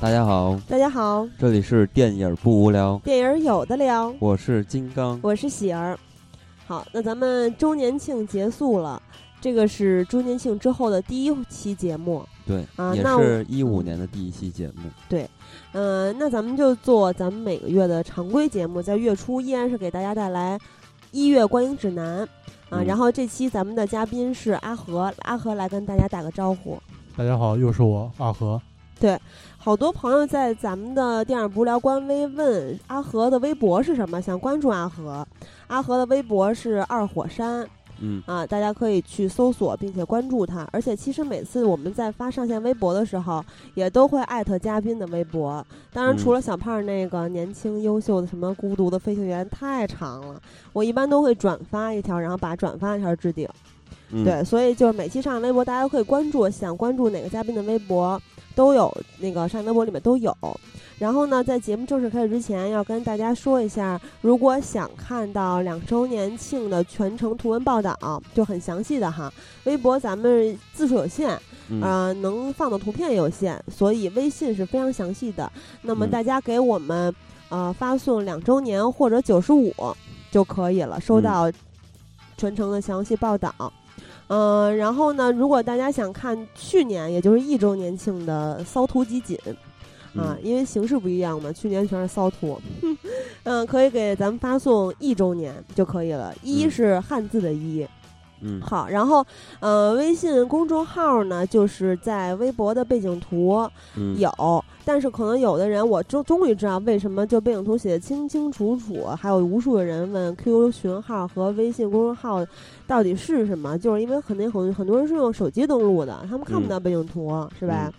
大家好，大家好，这里是电影不无聊，电影儿有的聊，我是金刚。我是喜儿。好，那咱们周年庆结束了，这个是周年庆之后的第一期节目。对，啊也那我是一五年的第一期节目。嗯、那咱们就做咱们每个月的常规节目，在月初依然是给大家带来一月观影指南啊。嗯然后这期咱们的嘉宾是阿和，阿和来跟大家打个招呼。大家好，又是我阿 和。好多朋友在咱们的电影不聊官微问阿和的微博是什么，想关注阿和。阿和的微博是二火山，嗯，啊，大家可以去搜索并且关注他。而且其实每次我们在发上线微博的时候，也都会艾特嘉宾的微博。当然，除嗯了小胖儿那个年轻优秀的什么孤独的飞行员太长了，我一般都会转发一条，然后把转发那条置顶。嗯，对，所以就是每期上微博，大家都可以关注，想关注哪个嘉宾的微博都有，那个上微博里面都有。然后呢，在节目正式开始之前，要跟大家说一下，如果想看到两周年庆的全程图文报道，就很详细的哈。微博咱们字数有限，嗯，呃，能放的图片也有限，所以微信是非常详细的。那么嗯大家给我们、呃发送两周年或者九十五就可以了，收嗯到全程的详细报道。嗯、然后呢，如果大家想看去年，也就是一周年庆的骚图集锦啊，嗯因为形式不一样嘛，去年全是骚图， 嗯、可以给咱们发送一周年就可以了。一嗯是汉字的一，嗯，好，然后呃，微信公众号呢，就是在微博的背景图嗯，有，但是可能有的人，我终终于知道为什么就背景图写的清清楚楚，还有无数的人问 QQ 群号和微信公众号到底是什么，就是因为肯定很很多人是用手机登录的，他们看嗯不到背景图，是吧？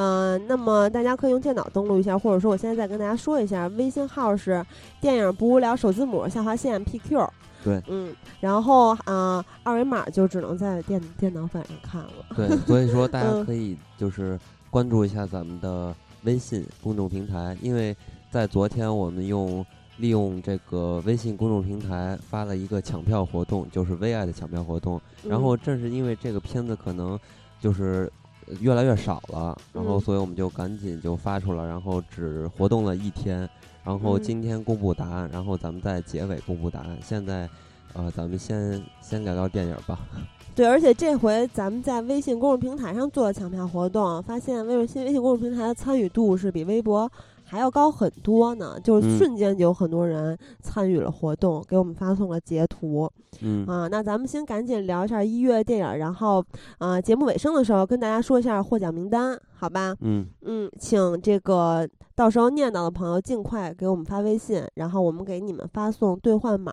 嗯、那么大家可以用电脑登录一下，或者说我现在再跟大家说一下，微信号是电影不无聊首字母下划线 PQ。对，嗯，然后啊、呃二维码就只能在电电脑版上看了。对，所以说大家 嗯可以就是关注一下咱们的微信公众平台，因为在昨天我们用利用这个微信公众平台发了一个抢票活动，就是微爱的抢票活动。嗯然后正是因为这个片子可能就是呃越来越少了，然后嗯所以我们就赶紧就发出了，然后只活动了一天，然后嗯今天公布答案，然后咱们在结尾公布答案。现在，呃，咱们先先聊聊电影吧。嗯、对，而且这回咱们在微信公众平台上做了抢票活动，发现微信微信公众平台的参与度是比微博还要高很多呢，就嗯是瞬间就有很多人参与了活动，给我们发送了截图嗯啊。那咱们先赶紧聊一下一月电影，然后啊、呃节目尾声的时候跟大家说一下获奖名单，好吧？嗯嗯，请这个到时候念叨的朋友尽快给我们发微信，然后我们给你们发送兑换码，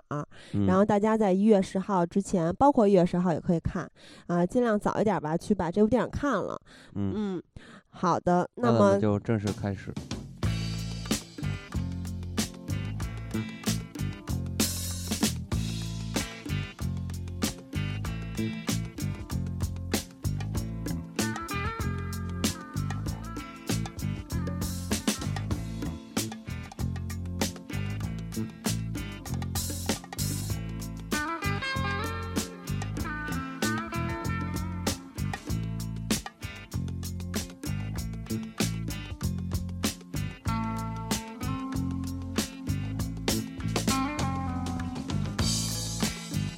嗯，然后大家在一月十号之前，包括一月十号也可以看，啊、尽量早一点吧，去把这部电影看了。嗯，嗯，好的，那那咱么们就正式开始。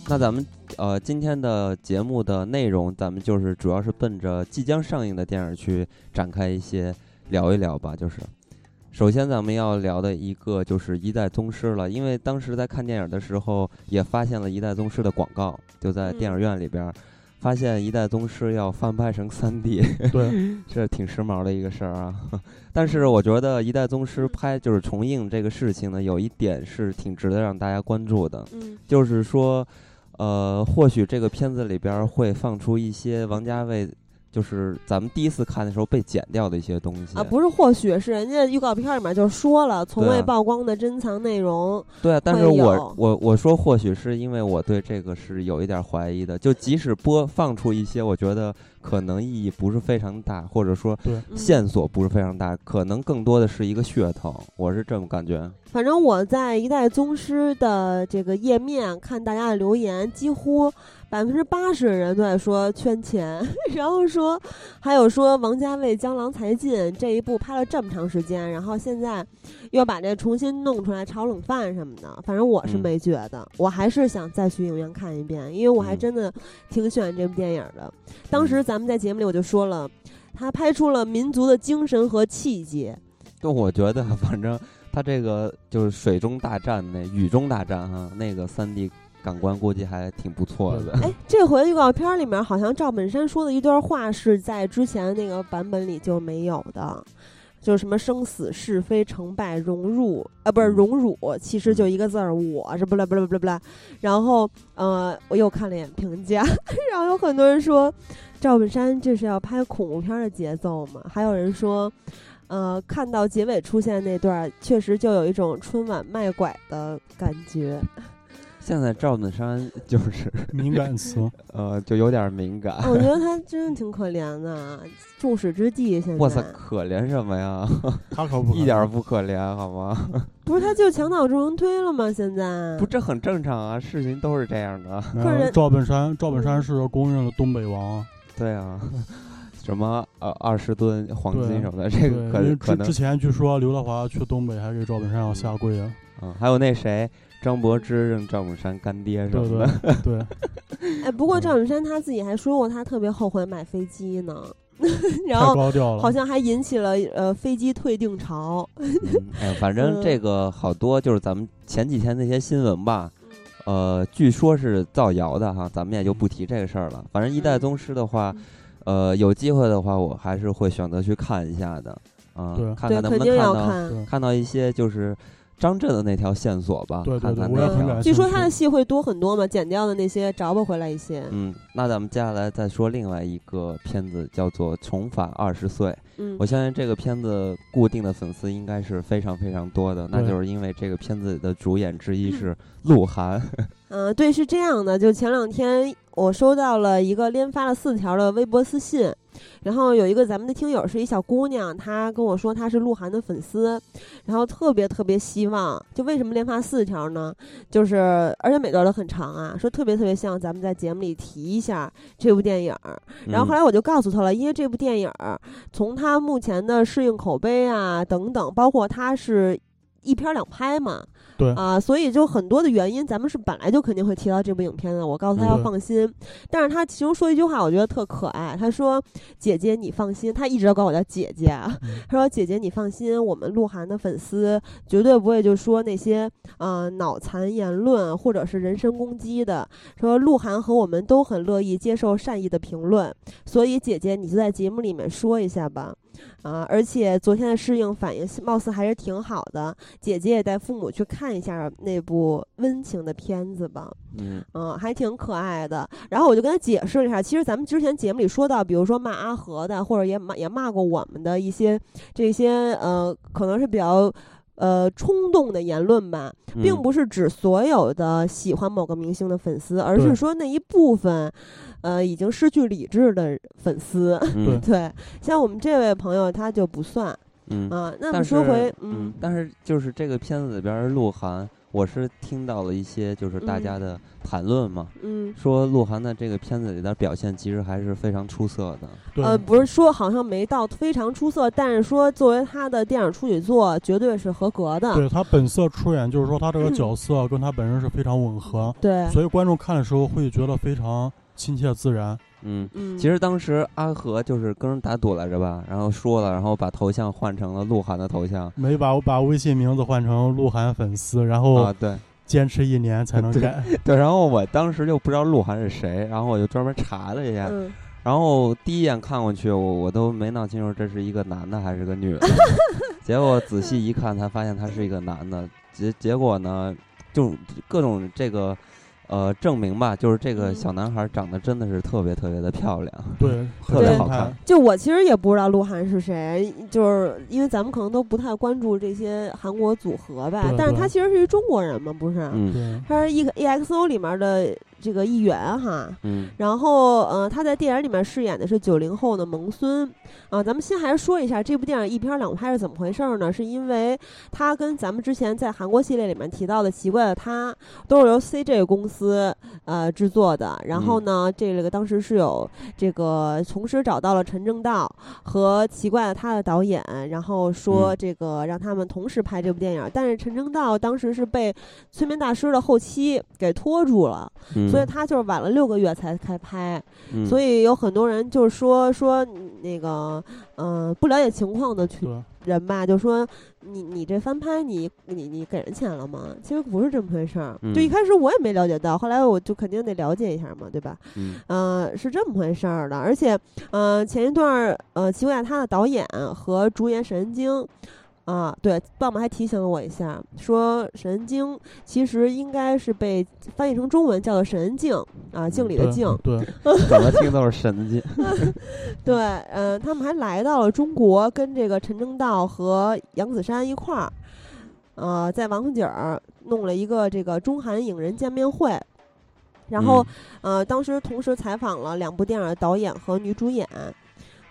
那咱们呃今天的节目的内容，咱们就是主要是奔着即将上映的电影去展开一些聊一聊吧。就是首先咱们要聊的一个就是《一代宗师》了，因为当时在看电影的时候也发现了《一代宗师》的广告，就在电影院里边。发现《一代宗师》要翻拍成三 D，对，这挺时髦的一个事儿啊。 但是我觉得《一代宗师》拍就是重映这个事情呢，有一点是挺值得让大家关注的。嗯就是说，呃，或许这个片子里边儿会放出一些王家卫，就是咱们第一次看的时候被剪掉的一些东西啊，不是，或许是人家预告片里面就说了，从对啊未曝光的珍藏内容。对啊，但是会我有我我说或许是因为我对这个是有一点怀疑的，就即使播放出一些我觉得可能意义不是非常大，或者说对，嗯线索不是非常大，可能更多的是一个噱头，我是这么感觉。反正我在一代宗师的这个页面看大家的留言，几乎百分之八十的人都在说圈钱， 然后说还有说王家卫《江郎才尽》这一部拍了这么长时间，然后现在又把这重新弄出来炒冷饭什么的。反正我是嗯没觉得，我还是想再去影院看一遍，因为我还嗯真的挺喜欢这部电影的。当时咱们在节目里我就说了，他拍出了民族的精神和气节。就我觉得，反正他这个就是水中大战那雨中大战哈，那个三 D 感官估计还挺不错的。哎，这回预告片里面好像赵本山说的一段话是在之前那个版本里就没有的，就是什么生死是非成败荣辱啊，不是嗯荣辱，其实就嗯一个字儿，我是不啦不啦不啦不啦。然后呃，我又看了一眼评价， 然后有很多人说赵本山这是要拍恐怖片的节奏嘛，还有人说。呃，看到结尾出现那段儿，确实就有一种春晚卖拐的感觉。现在赵本山就是敏感词，呃，就有点敏 感。 哦我觉得他真的挺可怜的，众矢之的。现在，哇塞，可怜什么呀？他可不可一点儿不可怜好 吗？不是他就墙倒众人推了吗？现在不，这很正常啊，事情都是这样的。没个有。人赵本山，赵本山是公认的东北王，对啊，什么呃二十吨黄金对啊什么的，这个对因为 可可之能之前据说刘德华去东北还给赵本山要下跪啊，嗯，还有那谁张柏芝认赵本山干爹什对么 对的，对，哎，不过赵本山他自己还说过，他特别后悔买飞机呢， 然太后高调了，好像还引起了呃飞机退订潮。嗯哎，反正这个好多就是咱们前几天那些新闻吧，嗯呃，据说是造谣的哈，咱们也就不提这个事儿了。反正一代嗯宗师的话，呃，有机会的话，我还是会选择去看一下的啊，对看对，看能不能肯定看要到看。对看到一些就是张震的那条线索吧，对对看对看我也那很条感。嗯据说他的戏会多很多嘛，剪掉的那些找补回来一些。嗯，那咱们接下来再说另外一个片子，叫做《重返二十岁》。嗯我，相信这个片子固定的粉丝应该是非常非常多的，那对就是因为这个片子的主演之一是鹿晗。嗯，对，是这样的，就前两天我收到了一个连发了四条的微博私信，然后有一个咱们的听友是一小姑娘，她跟我说她是鹿晗的粉丝，然后特别特别希望，就为什么连发四条呢？就是而且每段都很长啊，说特别特别希望咱们在节目里提一下这部电影儿，然后后嗯来我就告诉他了，因为这部电影儿从他目前的适应口碑啊等等，包括它是一片儿两拍嘛，对啊、所以就很多的原因，咱们是本来就肯定会提到这部影片的。我告诉他嗯要对放心，但是他其中说一句话，我觉得特可爱，他说：“姐姐你放心。”他一直要管我叫姐姐啊，嗯他说：“姐姐你放心，我们鹿晗的粉丝绝对不会就说那些呃脑残言论或者是人身攻击的。说鹿晗和我们都很乐意接受善意的评论，所以姐姐你就在节目里面说一下吧。啊，而且昨天的适应反应貌似还是挺好的，姐姐也带父母去看一下那部温情的片子吧。嗯，嗯，还挺可爱的。然后我就跟他解释了一下，其实咱们之前节目里说到，比如说骂阿和的，或者也骂也骂过我们的一些这些呃，可能是比较呃冲动的言论吧，嗯并不是指所有的喜欢某个明星的粉丝，而是对说那一部分呃已经失去理智的粉丝。 嗯对对，像我们这位朋友他就不算嗯。啊。那我但们是说回嗯嗯，但是就是这个片子里边儿鹿晗，我是听到了一些就是大家的谈论嘛，嗯说鹿晗在这个片子里的表现其实还是非常出色的。对呃，不是说好像没到非常出色，但是说作为他的电影处女作，绝对是合格的。对他本色出演，就是说他这个角色跟他本人是非常吻合，对，所以观众看的时候会觉得非常亲切自然。嗯，嗯，其实当时阿和就是跟人打赌来着吧，然后说了，然后把头像换成了鹿晗的头像。没把我把微信名字换成鹿晗粉丝，然啊，后对坚持一年才能对 改。对，然后我当时就不知道鹿晗是谁，然后我就专门查了一下，嗯，然后第一眼看过去，我我都没闹清楚这是一个男的还是个女 的，结果仔嗯细一看才发现他是一个男的。结结果呢，就各种这个呃证明吧，就是这个嗯小男孩长得真的是特别特别的漂亮。对，特很别震好撼看。就我其实也不知道鹿晗是谁，就是因为咱们可能都不太关注这些韩国组合吧对，但是对他其实是一中国人嘛，不是？嗯，对，他是 E E X O 里面的这个议员哈。嗯然后，呃，他在电影里面饰演的是九零后的蒙孙，啊，咱们先还是说一下这部电影一拍两拍是怎么回事儿呢？是因为它跟咱们之前在韩国系列里面提到的《奇怪的他》都是由 CJ 公司呃制作的，然后嗯呢，这个当时是有这个同时找到了陈正道和《奇怪的他》的导演，然后说嗯这个让他们同时拍这部电影，但是陈正道当时是被催眠大师的后期给拖住了。嗯，所以他就是晚了六个月才开拍，嗯所以有很多人就是说说嗯那个，嗯、不了解情况的嗯群对，人吧，就说你你这翻拍你你你给人钱了吗？其实不是这么回事儿，就一嗯开始我也没了解到，后来我就肯定得了解一下嘛，对吧？嗯呃，是这么回事儿的，而且，呃，前一段儿呃，奇怪他的导演和主演沈恩京。啊，对，爸爸还提醒了我一下，说沈恩京其实应该是被翻译成中文叫做沈恩静啊，敬礼的对嗯敬。对，怎么听都是神经。对，呃，他们还来到了中国，跟这个陈正道和杨子姗一块儿，呃，在王府井儿弄了一个这个中韩影人见面会，然后、呃，当时同时采访了两部电影的导演和女主演，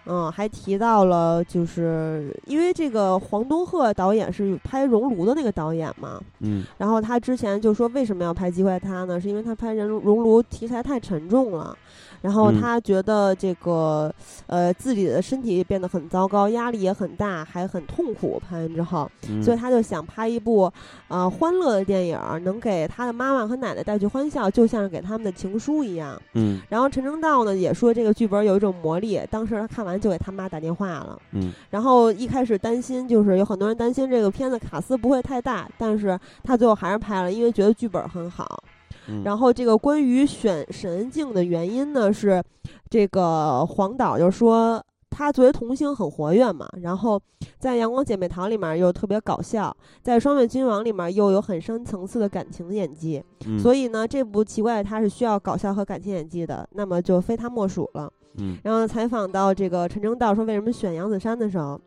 嗯、还提到了就是因为这个黄东赫导演是拍《熔炉》的那个导演嘛，嗯然后他之前就说为什么要拍《击坏他》呢？是因为他拍《人熔炉》题材太沉重了，然后嗯他觉得这个、呃自己的身体变得很糟糕，压力也很大，还很痛苦。拍完之后，嗯，所以他就想拍一部呃欢乐的电影，能给他的妈妈和奶奶带去欢笑，就像是给他们的情书一样。嗯然后陈正道呢也说这个剧本有一种魔力，当时他看完就给他妈打电话了。嗯然后一开始担心，就是有很多人担心这个片子卡斯不会太大，但是他最后还是拍了，因为觉得剧本很好。嗯，然后这个关于选沈恩静的原因呢，是这个黄导就说他作为童星很活跃嘛，然后在《阳光姐妹淘》里面又特别搞笑，在《双面君王》里面又有很深层次的感情演技，后所以以呢，这部奇怪他是需要搞笑和感情演技的，那么就非他莫属了。嗯然后采访到这个陈正道说为什么选杨子姗的时候，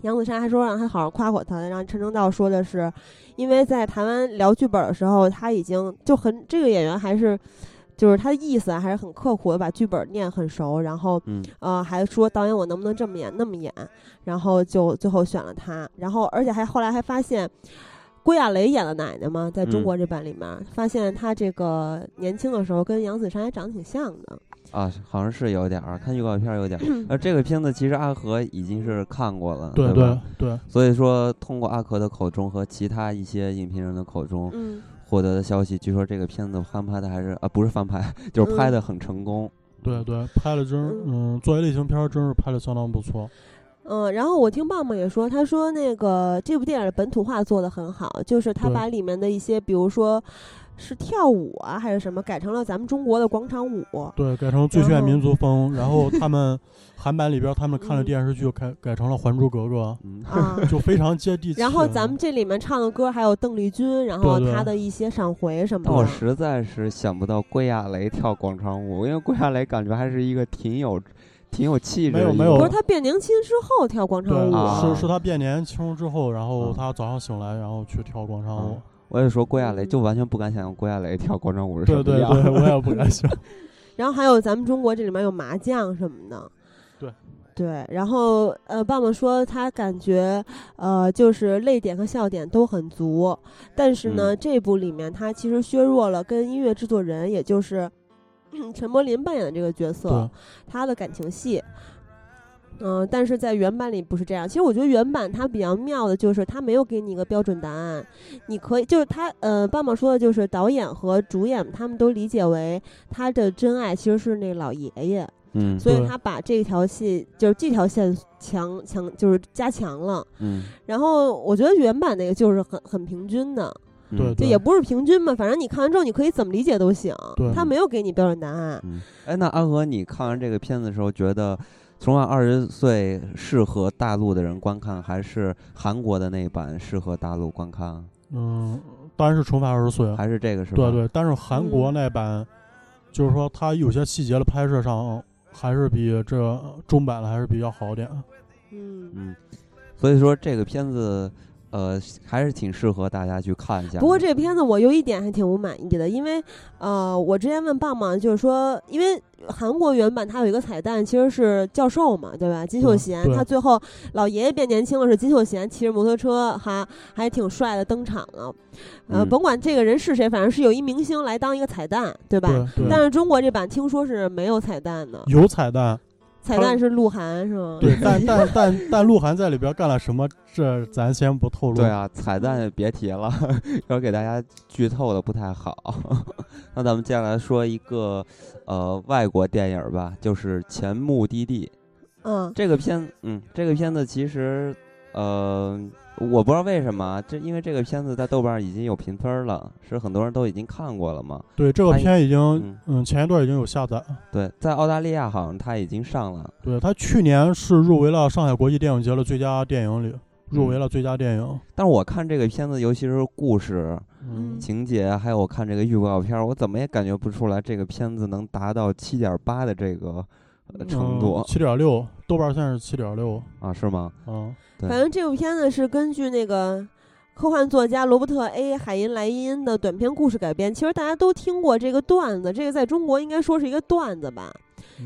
杨子姗还说让他好好夸夸他，然后陈正道说的是，因为在台湾聊剧本的时候，他已经就很这个演员还是。就是他的意思啊还是很刻苦的，把剧本念很熟，然后嗯呃还说导演我能不能这么演那么演，然后就最后选了他，然后而且还后来还发现，郭亚蕾演的奶奶嘛，在中嗯国这版里面、发现她这个年轻的时候跟杨子姗还长得挺像的，啊，好像是有点儿，看预告片儿有点儿。呃而这个片子其实阿和已经是看过了，对吧对？对，所以说，通过阿和的口中和其他一些影评人的口中嗯。获得的消息，据说这个片子翻拍的还是啊，不是翻拍， 就是拍的很成功。对对，拍的真是，嗯，作为类型片儿，真是拍的相当不错。嗯，然后我听棒棒也说，他说那个这部电影的本土化做得很好，就是他对把里面的一些，比如说是跳舞啊还是什么，改成了咱们中国的广场舞。对，改成最炫然后民族风，然后 他们韩版里边儿他们看的嗯电视剧改改成了《还珠格格嗯， 啊，》，就非常接地气。然后咱们这里面唱的歌还有邓丽君，然后对对她的一些闪回什么但我的。实在是想不到郭亚蕾跳广场舞，因为郭亚蕾感觉还是一个挺有、挺有气质的没有一个没有不是她变年轻之后跳广场哦对，舞，啊是是他变年轻之后，然后啊他早上醒来，然后去跳广场舞啊。我也说郭亚蕾，嗯就完全不敢想象郭亚蕾跳广场舞嗯是什啊对么对样。对，我也不敢想。然后还有咱们中国这里面有麻将什么的。对对，然后呃，棒棒说他感觉呃，就是泪点和笑点都很足，但是嗯呢，这部里面他其实削弱了跟音乐制作人，也就是、 嗯陈柏霖扮演的这个角色对，他的感情戏。嗯、但是在原版里不是这样。其实我觉得原版它比较妙的就是它没有给你一个标准答案，你可以就是他呃，棒棒说的就是导演和主演他们都理解为他的真爱其实是那老爷爷，嗯所以对他把这条戏就是这条线强强就是加强了。嗯，然后我觉得原版那个就是很很平均的，嗯对就也不是平均嘛，反正你看完之后你可以怎么理解都行对，他没有给你标准答案。嗯，哎，那安和，你看完这个片子的时候，觉得从二二十岁适合大陆的人观看，还是韩国的那一版适合大陆观看？嗯，当然是重返二十岁。还是这个是吧？嗯对对，但是韩国那版，就是说它有些细节的拍摄上，还是比这中版的还是比较好点。啊嗯嗯，所以说这个片子，呃，还是挺适合大家去看一下的。嗯不过这个片子我有一点还挺不满意的，因为呃，我之前问棒棒，就是说，因为韩国原版它有一个彩蛋，其实是教授嘛，对吧？金秀对贤，对他最后老爷爷变年轻了，是金秀贤骑着摩托车，还还挺帅的登场了。呃，嗯甭管这个人是谁，反正是有一明星来当一个彩蛋，对吧？对对但是中国这版听说是没有彩蛋的，有彩蛋，彩蛋是鹿晗是吗？ 对，但但但但鹿晗在里边干了什么，这咱先不透露。对啊，彩蛋别提了， 要给大家剧透的不太好。 那咱们接下来说一个呃外国电影儿吧，就是《前目的地》嗯，这个片，嗯，这个片子其实呃我不知道为什么啊，这因为这个片子在豆瓣儿已经有评分儿了，是很多人都已经看过了嘛。对，这个哎他片已经嗯，嗯前一段已经有下载了，对，在澳大利亚好像它已经上了。对他去年是入围了上海国际电影节的最佳电影里，入嗯围了最佳电影。但是我看这个片子，尤其是故事、嗯情节，还有我看这个预告片儿，我怎么也感觉不出来这个片子能达到七点八的这个呃嗯程度、嗯七点六，豆瓣现在是七点六啊？是吗？啊。对反正这部片子是根据那个科幻作家罗伯特 ·A· 海因莱因的短篇故事改编。其实大家都听过这个段子，这个在中国应该说是一个段子吧，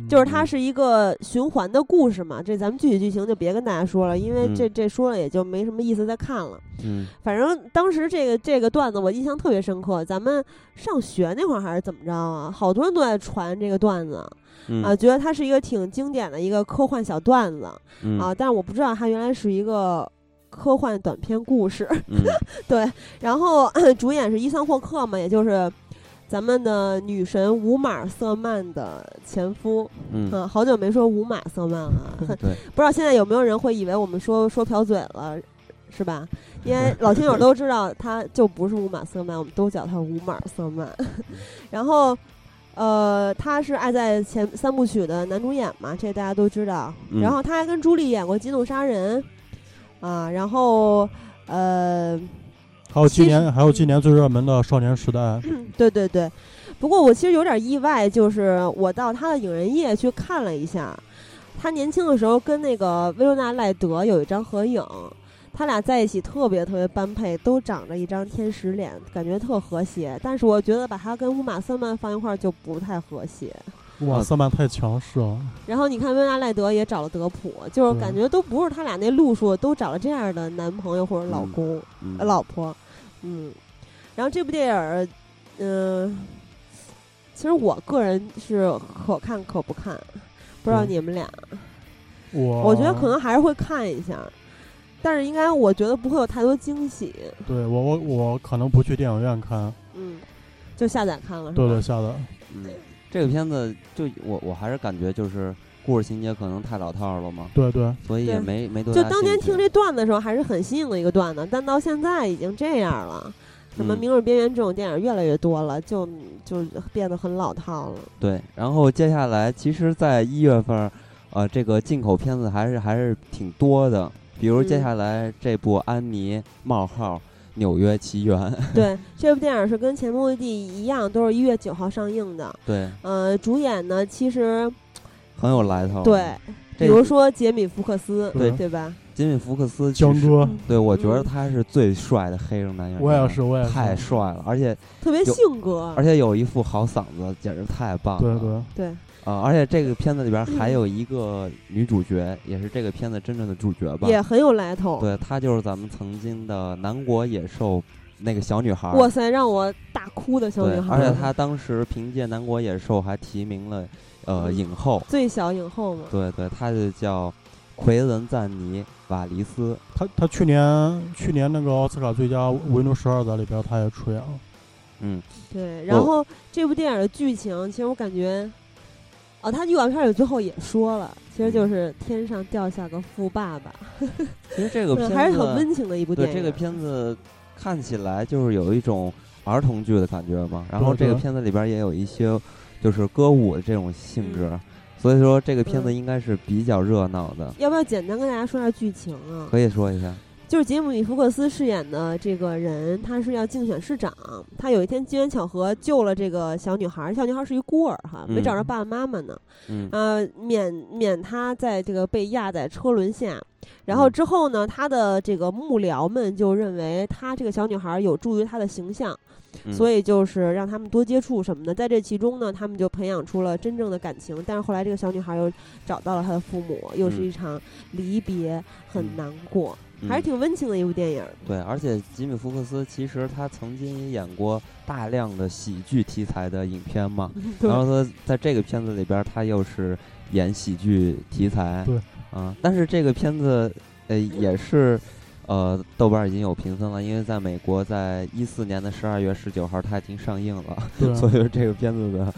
就是它嗯是一个循环的故事嘛。这咱们具体剧情就别跟大家说了，因为嗯这这说了也就没什么意思再看了。嗯，反正当时这个这个段子我印象特别深刻，咱们上学那会儿还是怎么着啊，好多人都在传这个段子嗯啊，觉得它是一个挺经典的一个科幻小段子。嗯啊，但是我不知道它原来是一个科幻短篇故事。嗯 对，然后 主演是伊桑霍克嘛，也就是咱们的女神五马瑟曼的前夫。嗯，嗯，好久没说五马瑟曼 了，很对不知道现在有没有人会以为我们说说瓢嘴了。是吧？因为老听友都 知道，他就不是五马瑟曼，我们都叫他五马瑟曼。 然后，呃，他是《爱在前三部曲》的男主演嘛，这大家都知道。嗯然后他还跟朱莉演过《激怒杀人》，啊，然后呃，还有今其实年还有今年最热门的《少年时代》，对对对。不过我其实有点意外，就是我到他的影人页去看了一下，他年轻的时候跟那个薇罗娜·赖德有一张合影。他俩在一起特别特别般配，都长着一张天使脸，感觉特和谐。但是我觉得把他跟乌玛·瑟曼放一块儿就不太和谐。哇，啊塞曼太强势了。然后你看薇拉赖德也找了德普，嗯就是感对觉都不是他俩那路数，都找了这样的男朋友或者老嗯公、嗯呃老婆，嗯。然后这部电影儿，嗯、其实我个人是可看可不看，不知道嗯哦你们俩，我我觉得可能还是会看一下，但是应该我觉得不会有太多惊喜，对我我我可能不去电影院看，嗯，就下载看了是吧？对对，下载。嗯，这个片子就我我还是感觉就是故事情节可能太老套了嘛，对对，所以也对没没多就大当年兴趣听这段的时候还是很新颖的一个段子，但到现在已经这样了。什么《嗯明日边缘》这种电影越来越多了，就就变得很老套了。 对，然后接下来其实，在一月份儿，呃，这个进口片子还是还是挺多的，比如接嗯下来这部《安妮：冒号纽约奇缘》 对，这部电影是跟《前目的地》一样，都是一月九号上映的。对，呃，主演呢，其实很有来头。对，比哦这如个说杰米·福克斯，对对吧？金米福克斯其江实，哥，对我觉得嗯他是最帅的黑人男演员。我也是，，我也是。太帅了，而且特别有性格而，且有一副好嗓子，简直太棒了。对对，对，啊、而且这个片子里边还有一个女主角，也是这个片子真正的主角吧？也很有来头。对，她就是咱们曾经的南国野兽那个小女孩儿。哇塞，让我大哭的小对女，孩而儿，且她当时凭借《南国野兽》还提名了呃嗯影后，最小影后嘛，对对，她就叫奎伦·赞尼·瓦利斯，他他去年去年那个奥斯卡最佳维奴十二在里边他也啊出演了。嗯，对，然我后这部电影的剧情，其实我感觉，哦，他预告片里最后也说了，其实嗯就是天上掉下个富爸爸，其实这个片嗯子还是很温情的一部电对影。这个片子看起来就是有一种儿童剧的感觉嘛，然后对这个对片子里边也有一些就是歌舞的这种性质，所以说这个片子嗯应该是比较热闹的，要不要简单跟大家说一下剧情啊？可以说一下，就是杰姆·里福克斯饰演的这个人，他是要竞选市长，他有一天机缘巧合救了这个小女孩，小女孩是一孤儿哈，没找着嗯爸爸妈妈呢，嗯呃，免免他在这个被压在车轮下。然后嗯之后呢，他的这个幕僚们就认为她这个小女孩有助于她的形象，所以以就是让他们多接触什么的。在这其中呢，他们就培养出了真正的感情。但是后来这个小女孩又找到了她的父母，又是嗯一场离别，很嗯难过，还是挺温情的一部电影。对，而且吉米·福克斯其实他曾经也演过大量的喜剧题材的影片嘛，嗯对然后他在这个片子里边儿，他又是演喜剧题材，对啊，但是这个片子呃也是呃豆瓣儿已经有评分了，因为在美国在一四年的十二月十九号它已经上映了，啊 对所以说这个片子的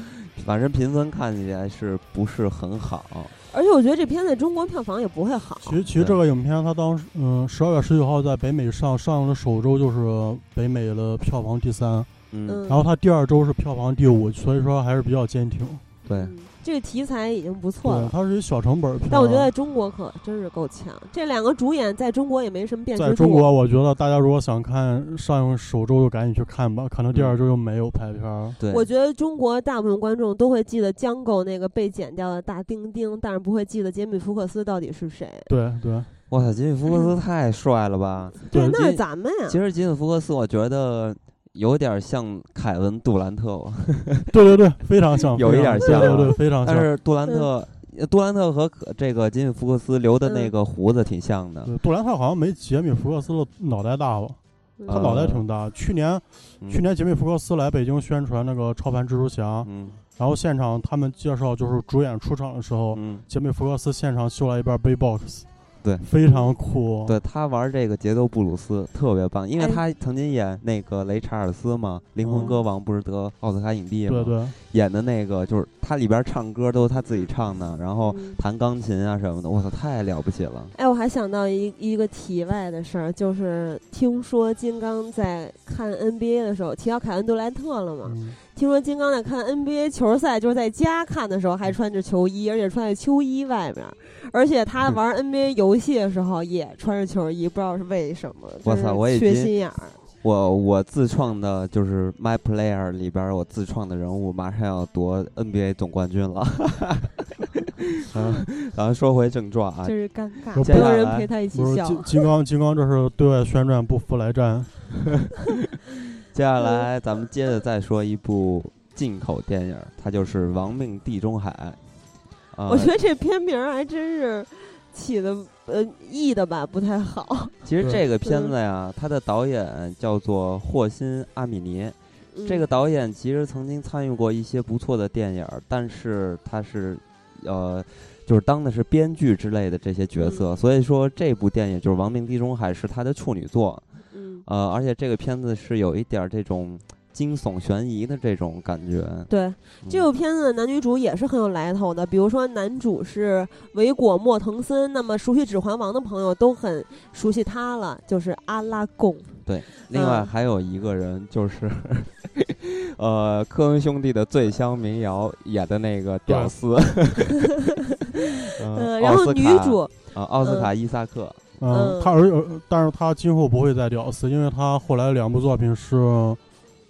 反正评分看起来是不是很好？而且我觉得这片在中国票房也不会好。其实其实这个影片它当时，嗯，十二月十九号在北美上上映的首周就是北美的票房第三，嗯，嗯，然后它第二周是票房第五，所以说还是比较坚挺。对，嗯这个题材已经不错对，了。它是一小成本片。但我觉得在中国可真是够呛，这两个主演在中国也没什么辨识度。在中国，我觉得大家如果想看上映首周就赶紧去看吧，可能第嗯二周就没有排片儿。对，我觉得中国大部分观众都会记得江狗那个被剪掉的大丁丁，但是不会记得杰米·福克斯到底是谁。对对哇塞，吉米·福克斯太帅了嗯吧！对那是这咱们呀。其实吉米·福克斯我觉得有点儿像凯文·杜兰特哦，对对对，非常像，有一点非常像啊对对对，非常但像。是杜兰特。杜兰特和可这个吉米·福克斯留的那嗯个胡子挺像的，对，杜兰特好像没杰米·福克斯的脑袋大吧？他呃嗯脑袋挺大。去年，嗯去年杰米·福克斯来北京宣传那个《超凡蜘蛛侠》，嗯然后现场他们介绍就是主演出场的时候，嗯，杰米·福克斯现场秀了一半 B-box，对非常酷。对他玩这个节奏布鲁斯特别棒，因为哎他曾经演那个雷查尔斯嘛，《灵魂嗯歌王》不是得奥斯卡影帝嘛，对对演的那个就是他里边唱歌都是他自己唱的，然后嗯弹钢琴啊什么的，我操，太了不起了！哎，我还想到一一个题外的事儿，就是听说金刚在看 NBA 的时候，提到凯文·杜兰特了嘛？嗯听说金刚在看 NBA 球赛，就是在家看的时候还穿着球衣，而且穿在秋衣外面，而且他嗯玩 NBA 游戏的时候也穿着球衣，不知道是为什么。我就是操我已缺经心眼儿。我我自创的就是 My Player 里边我自创的人物马上要夺 NBA 总冠军 了，嗯，然后说回正传啊，就是尴尬，不没有人陪他一起不是笑。金金刚，金刚这是对外宣战不服来战。接下来咱们接着再说一部进口电影，它就是《亡命地中海》。啊、我觉得这片名儿还真是起的呃意的吧不太好。其实这个片子呀，它的导演叫做霍辛·阿米尼。嗯这个导演其实曾经参与过一些不错的电影，但是他是，呃，就是当的是编剧之类的这些角嗯色，所以说这部电影就是《亡命地中海》是他的处女作。嗯，呃，而且这个片子是有一点儿这种惊悚悬疑的这种感觉。对，这嗯部片子的男女主也是很有来头的，比如说男主是维果莫腾森，那么熟悉《指环王》的朋友都很熟悉他了，就是阿拉贡。另外嗯还有一个人就是， 呃，科恩兄弟的《醉乡民谣》演的那个屌丝， 嗯、嗯然奥后斯女卡主啊，奥斯嗯卡伊萨克，嗯嗯，他而而但是他今后不会再屌丝，因为他后来两部作品是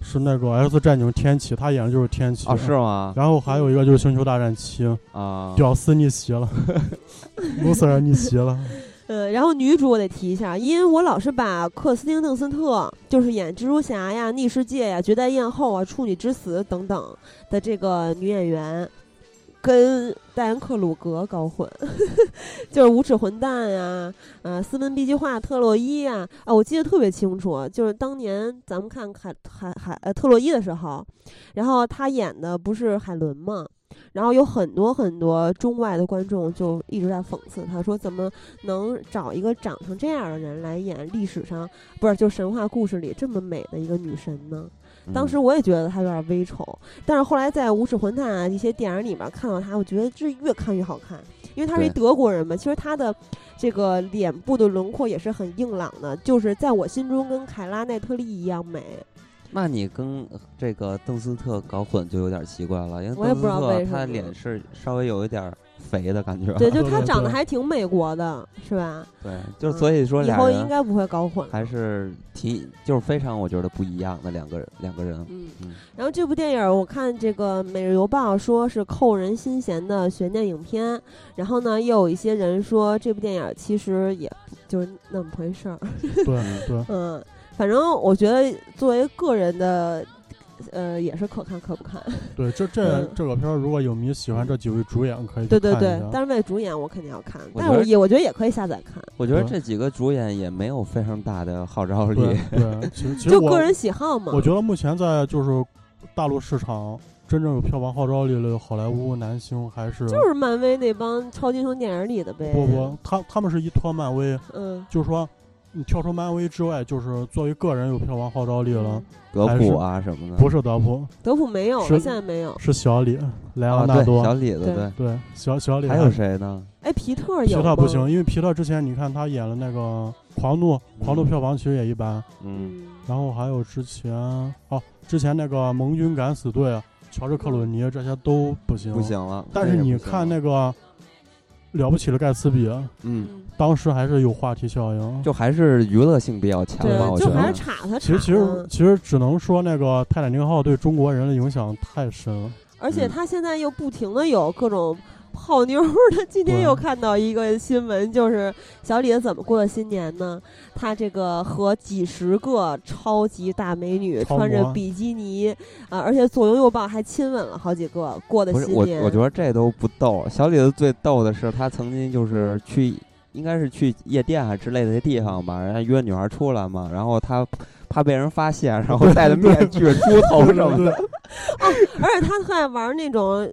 是那个《X 战警：天启》，他演的就是天启啊，是。吗？然后还有一个就是《星球大战七》，啊，屌丝逆 袭了，loser 逆袭了。呃，然后女主我得提一下，因为我老是把克斯汀·邓斯特，就是演蜘蛛侠呀、逆世界呀、绝代艳后啊、处女之死等等的这个女演员，跟戴安·克鲁格搞混， 就是无耻混蛋呀、呃，斯文 B 计划、特洛伊呀、啊，我记得特别清楚，就是当年咱们看海海海呃特洛伊的时候，然后她演的不是海伦嘛。然后有很多很多中外的观众就一直在讽刺她，说怎么能找一个长成这样的人来演历史上不是就神话故事里这么美的一个女神呢？嗯当时我也觉得她有点微丑，但是后来在《无耻混蛋》啊一些电影里面看到她，我觉得这越看越好看，因为她是一对德国人嘛。其实她的这个脸部的轮廓也是很硬朗的，就是在我心中跟凯拉奈特利一样美。那你跟呃这个邓斯特搞混就有点奇怪了，因为我也邓斯不知道为特什他么脸是稍微有一点儿肥的感觉。对，就是他对对长得对还挺美国的，是吧？ 对，就所以说以俩后应人该不会搞混。还是挺就是非常我觉得不一样的两个人两个人。嗯嗯，然后这部电影儿我看这个《每日邮报》说是扣人心弦的悬念影片，然后呢，又有一些人说这部电影儿其实也就是那么回事 儿。对对，嗯，反正我觉得作为个人的，呃，也是可看可不看。对，这这嗯这个片儿，如果影迷喜欢这几位主演，可以 去对对看一对下，但是为主演我肯定要看，我但觉是我得也我觉得也可以下载看，我觉得对这几个主演也没有非常大的号召力。对对，其实其实就我个人喜好嘛。我觉得目前在就是大陆市场真正有票房号召力的好莱坞男星还是就是漫威那帮超级英雄电影里的呗。不不，他他们是依托漫威，嗯，就是说你跳出漫威之外，就是作为个人有票房号召力了，德还是普啊什么的，不是德普，德普没有了，是现在没有。是小李莱啊昂纳对多，小李子对对，对小小李啊还有谁呢？哎，皮特皮有特吗？不行，因为皮特之前你看他演了那个《狂怒》，《狂怒》嗯票房其实也一般。嗯，嗯，然后还有之前哦，之前那个《盟军敢死队》、啊乔治·克鲁尼这些都不行。嗯不。行了。但是你看那那个个《了不起的盖茨比》，不啊行了，嗯，嗯当时还是有话题效应。就还是娱乐性比较强对吧，我，觉就还得是。插他插。嗯其实其实其实只能说那个《泰坦尼克号》对中国人的影响太深了。而且嗯他现在又不停的有各种泡妞儿的。今天对又看到一个新闻，就是小李子怎么过的新年呢？他这个和几十个超级大美女超模穿着比基尼啊、而且左拥右抱还亲吻了好几个，过的不是新我，年。我觉得这都不逗。小李子最逗的是，他曾经就是去，应该是去夜店啊之类的地方吧，人家约女孩出来嘛，然后他怕被人发现，然后戴着面具、猪头什么的。而且他特爱玩那种，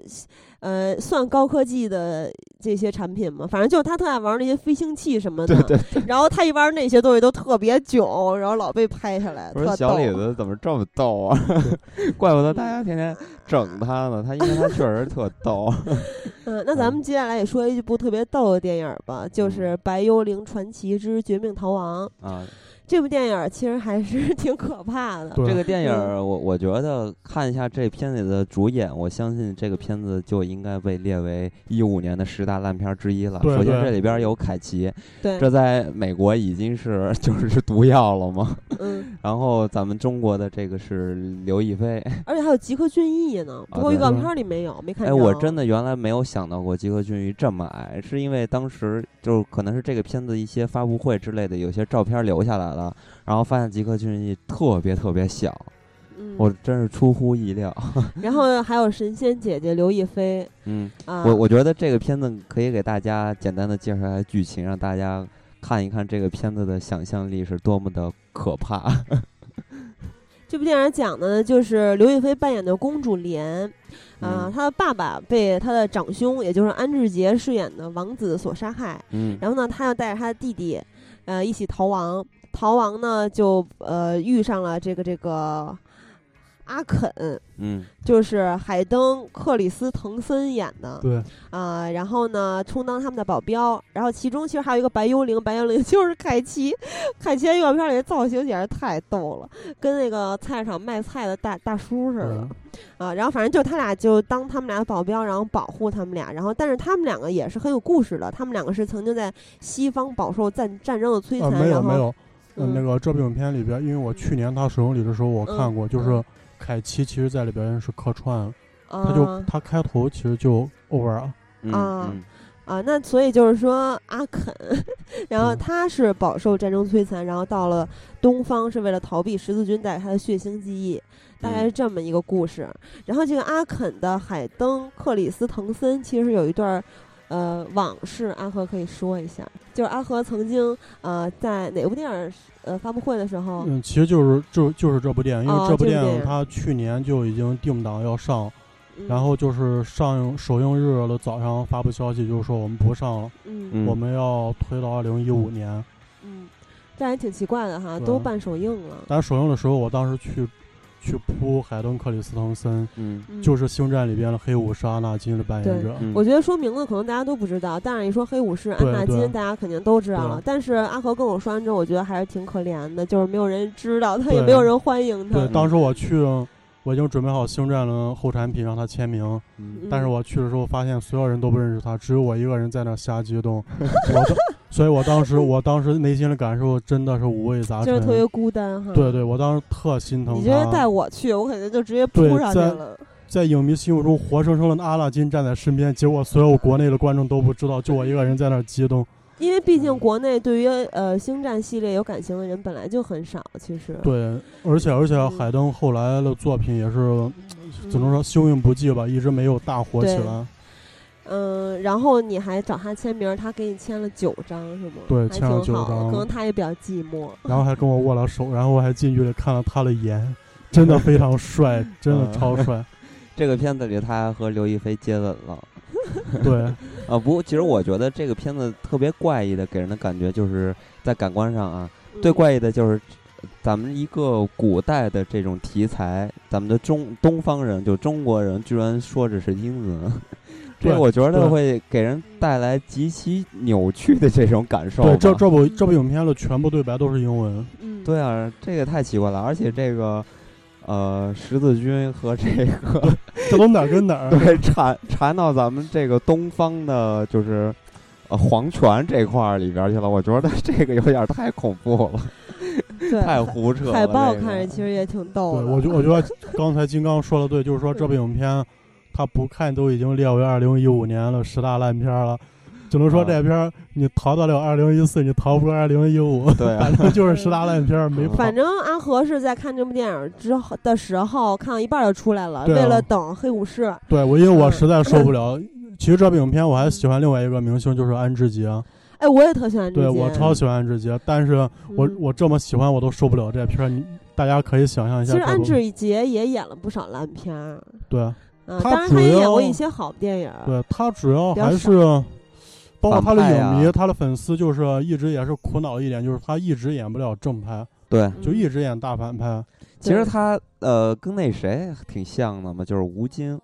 呃，算高科技的这些产品嘛，反正就是他特爱玩那些飞行器什么的。对然后他一玩那些东西都特别囧，然后老被拍下来，我特说逗。小李子怎么这么逗啊？ 怪不得大家天天整他呢，他因为他确实特逗。 嗯，那咱们接下来也说一部特别逗的电影儿吧，嗯就是《白幽灵传奇之绝命逃亡》。啊，这部电影儿其实还是 挺可怕的。这对个电嗯影儿，我我觉得看一下这片子里的主演，我相信这个片子就应该被列为一五年的十大烂片儿之一了。对首先，对这里边有凯奇，对，这在美国已经是 就是毒药了嘛。嗯，然后咱们中国的这个是刘亦菲，而且还有吉克隽逸呢，不过啊对预告对片儿里没有，没看哎，着。我真的原来没有想到过吉克隽逸这么矮，是因为当时就可能是这个片子一些发布会之类的有些照片留下来了，然后发现吉克隽逸特别特别小，嗯，我真是出乎意料。然后还有神仙姐姐刘亦菲嗯，啊，我我觉得这个片子可以给大家简单的介绍一下剧情，让大家看一看这个片子的想象力是多么的可怕。这部电影讲的呢，就是刘亦菲扮演的公主莲，啊，嗯她的爸爸被她的长兄，也就是安志杰饰演的王子所杀害，嗯，然后呢，她又带着她的弟弟，呃，一起逃亡。逃亡呢，就呃遇上了这个这个阿肯，嗯，就是海登克里斯滕森演的对，啊、然后呢，充当他们的保镖。然后其中其实还有一个白幽灵，白幽灵 就是凯奇，凯奇在预告片里的造型简直太逗了，跟那个菜市场卖菜的大大叔似的。嗯啊，然后反正就他俩就当他们俩的保镖，然后保护他们俩，然后但是他们两个也是很有故事的，他们两个是曾经在西方饱受战战争的摧啊残，没有然后没有，呃嗯那个这部影片里边，因为我去年他首映礼的时候我看过，就是嗯凯奇其实在里边是客串，啊他就他开头其实哦就 over 了，嗯啊嗯啊，那所以就是说阿肯， 然后嗯他是饱受战争摧残，然后到了东方是为了逃避十字军带给他的血腥记忆，大嗯概是这么一个故事。然后这个阿肯的海登克里斯滕森其实有一段儿。呃，往事阿和可以说一下，就是阿和曾经呃在哪部电影呃发布会的时候，嗯，其实就是就就是这部电影，因哦为这这部部电电影影它去年就已经定档要上，嗯然后就是上映首映日的早上发布消息，就是说我们不上了，嗯嗯，我们要推到二零一五年。嗯，这还挺奇怪的哈，对啊都办首映了，但首映的时候，我当时去去扑海登·克里斯滕森，嗯嗯就是《星战》里边的黑武士阿纳金的扮演者。嗯我觉得说名字可能大家都不知道，但是一说黑武士安对纳对金，大家肯定都知道了对。但是阿和跟我说完之后，我觉得还是挺可怜的，就是没有人知道他，也对没有人欢迎他对，。当时我去，我已经准备好《星战》的后产品让他签名，嗯但是我去的时候发现所有人都不认识他，只有我一个人在那瞎激动，我当，所以我当时我当时内心的感受真的是五味杂就是陈特。别孤单哈。对对，我当时特心疼你觉得带他，我去，我可能就直接对扑上去在了。在影迷心目中活生生的阿拉金站在身边，结果所有国内的观众都不知道，就我一个人在那激动。因为毕嗯竟国内对于呃星战系列有感情的人本来就很少，其实对，而且而且嗯海登后来的作品也是嗯只能说幸运不济吧，一直没有大火起来。嗯、然后你还找他签名，他给你签了九张是吗？对还签了挺好的九张可能他也比较寂寞。然后还跟我握了手，然后我还近距离看了他的眼，真的非常帅，真嗯的超 帅。这个片子里他和刘亦菲接吻了对，啊。不，其实我觉得这个片子特别怪异的，给人的感觉就是在感官上啊，最嗯怪异的就是咱们一个古代的这种题材，咱们的中东方人就中国人居然说这是英文， 对这我觉得对会给人带来极其扭曲的这种感受吧。对，这这部这部影片的全部对白都是英文。嗯，对啊，这个太奇怪了，而且这个。呃，十字军和这个 这都哪儿跟哪儿？对缠缠到咱们这个东方的，就是呃皇权这块儿里边儿去了。我觉得这个有点儿太恐怖了，对，太胡扯了。海报这个看着其实也挺对，逗的。我觉我觉得刚才金刚说的对，就是说这部影片他不看都已经列为二零一五年了十大烂片了，只能说啊这片儿你逃得了二零一四，你逃不了二零一五。 对啊反，正就是十大烂片儿没跑。反正阿和是在看这部电影之后的时候，看到一半儿就出来了，对啊为了等黑武士。对我，因为我嗯实在受不了。其实这部影片我还喜欢另外一个明星，就是安志杰。啊哎，我也特喜欢这对节。我超喜欢安志杰，但是我嗯我这么喜欢我都受不了这片儿。你大家可以想象一其下实这部，安志杰也演了不少烂片儿，对啊，他当然主他也演要过一些好电影儿。对，他主要呃比较还少是包括他的反派影迷、啊他的粉丝，就是一直也是苦恼一点，就是他一直演不了正派，对，嗯就一直演大反派。其实对他呃跟那谁挺像的嘛，就是吴京。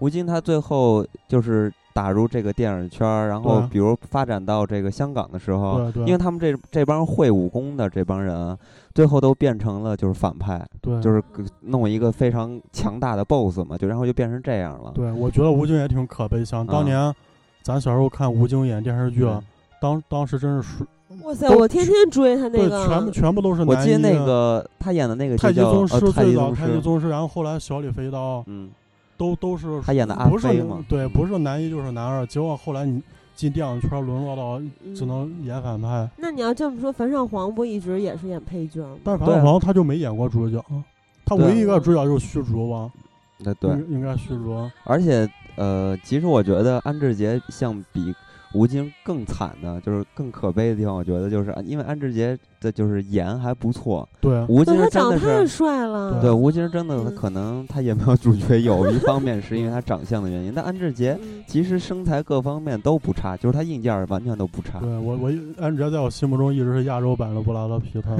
吴京他最后就是打入这个电影圈儿，然后对啊比如发展到这个香港的时候，对哦啊因为对他们这这帮会武功的这帮人，啊最后都变成了就是反派，对，就是给弄一个非常强大的 BOSS 嘛，就然后就变成这样了。对，我觉得吴京也挺可悲。想当啊年，咱小时候看吴京演电视剧啊，当当时真是属哇塞，都我天天追他那对，个，全部全部都是我男记得一那啊个他演的那个太就极叫宗师呃太最极早宗太极师，宗师，然后后来小李飞刀嗯，都都是他演的阿不是飞男嘛，对，嗯不是男一就是男二，结果后来你进电影圈沦落到嗯只能演反派，那你要这么说，冯绍黄不一直也是演配角吗？但是对樊啊小黄他就没演过主角，啊他对唯一一个主角就是虚竹吧，对对，应应该虚竹，而且呃，其实我觉得安志杰像比吴京更惨的，就是更可悲的地方，我觉得就是啊因为安志杰的就是颜还不错， 对吴京对他是真长得的太是。帅了，对，吴京真的嗯可能他也没有主角有一方面是因为他长相的原因，但安志杰嗯其实身材各方面都不差，就是他硬件儿完全都不差。对，我我安哲在我心目中一直是亚洲版的布拉德皮特，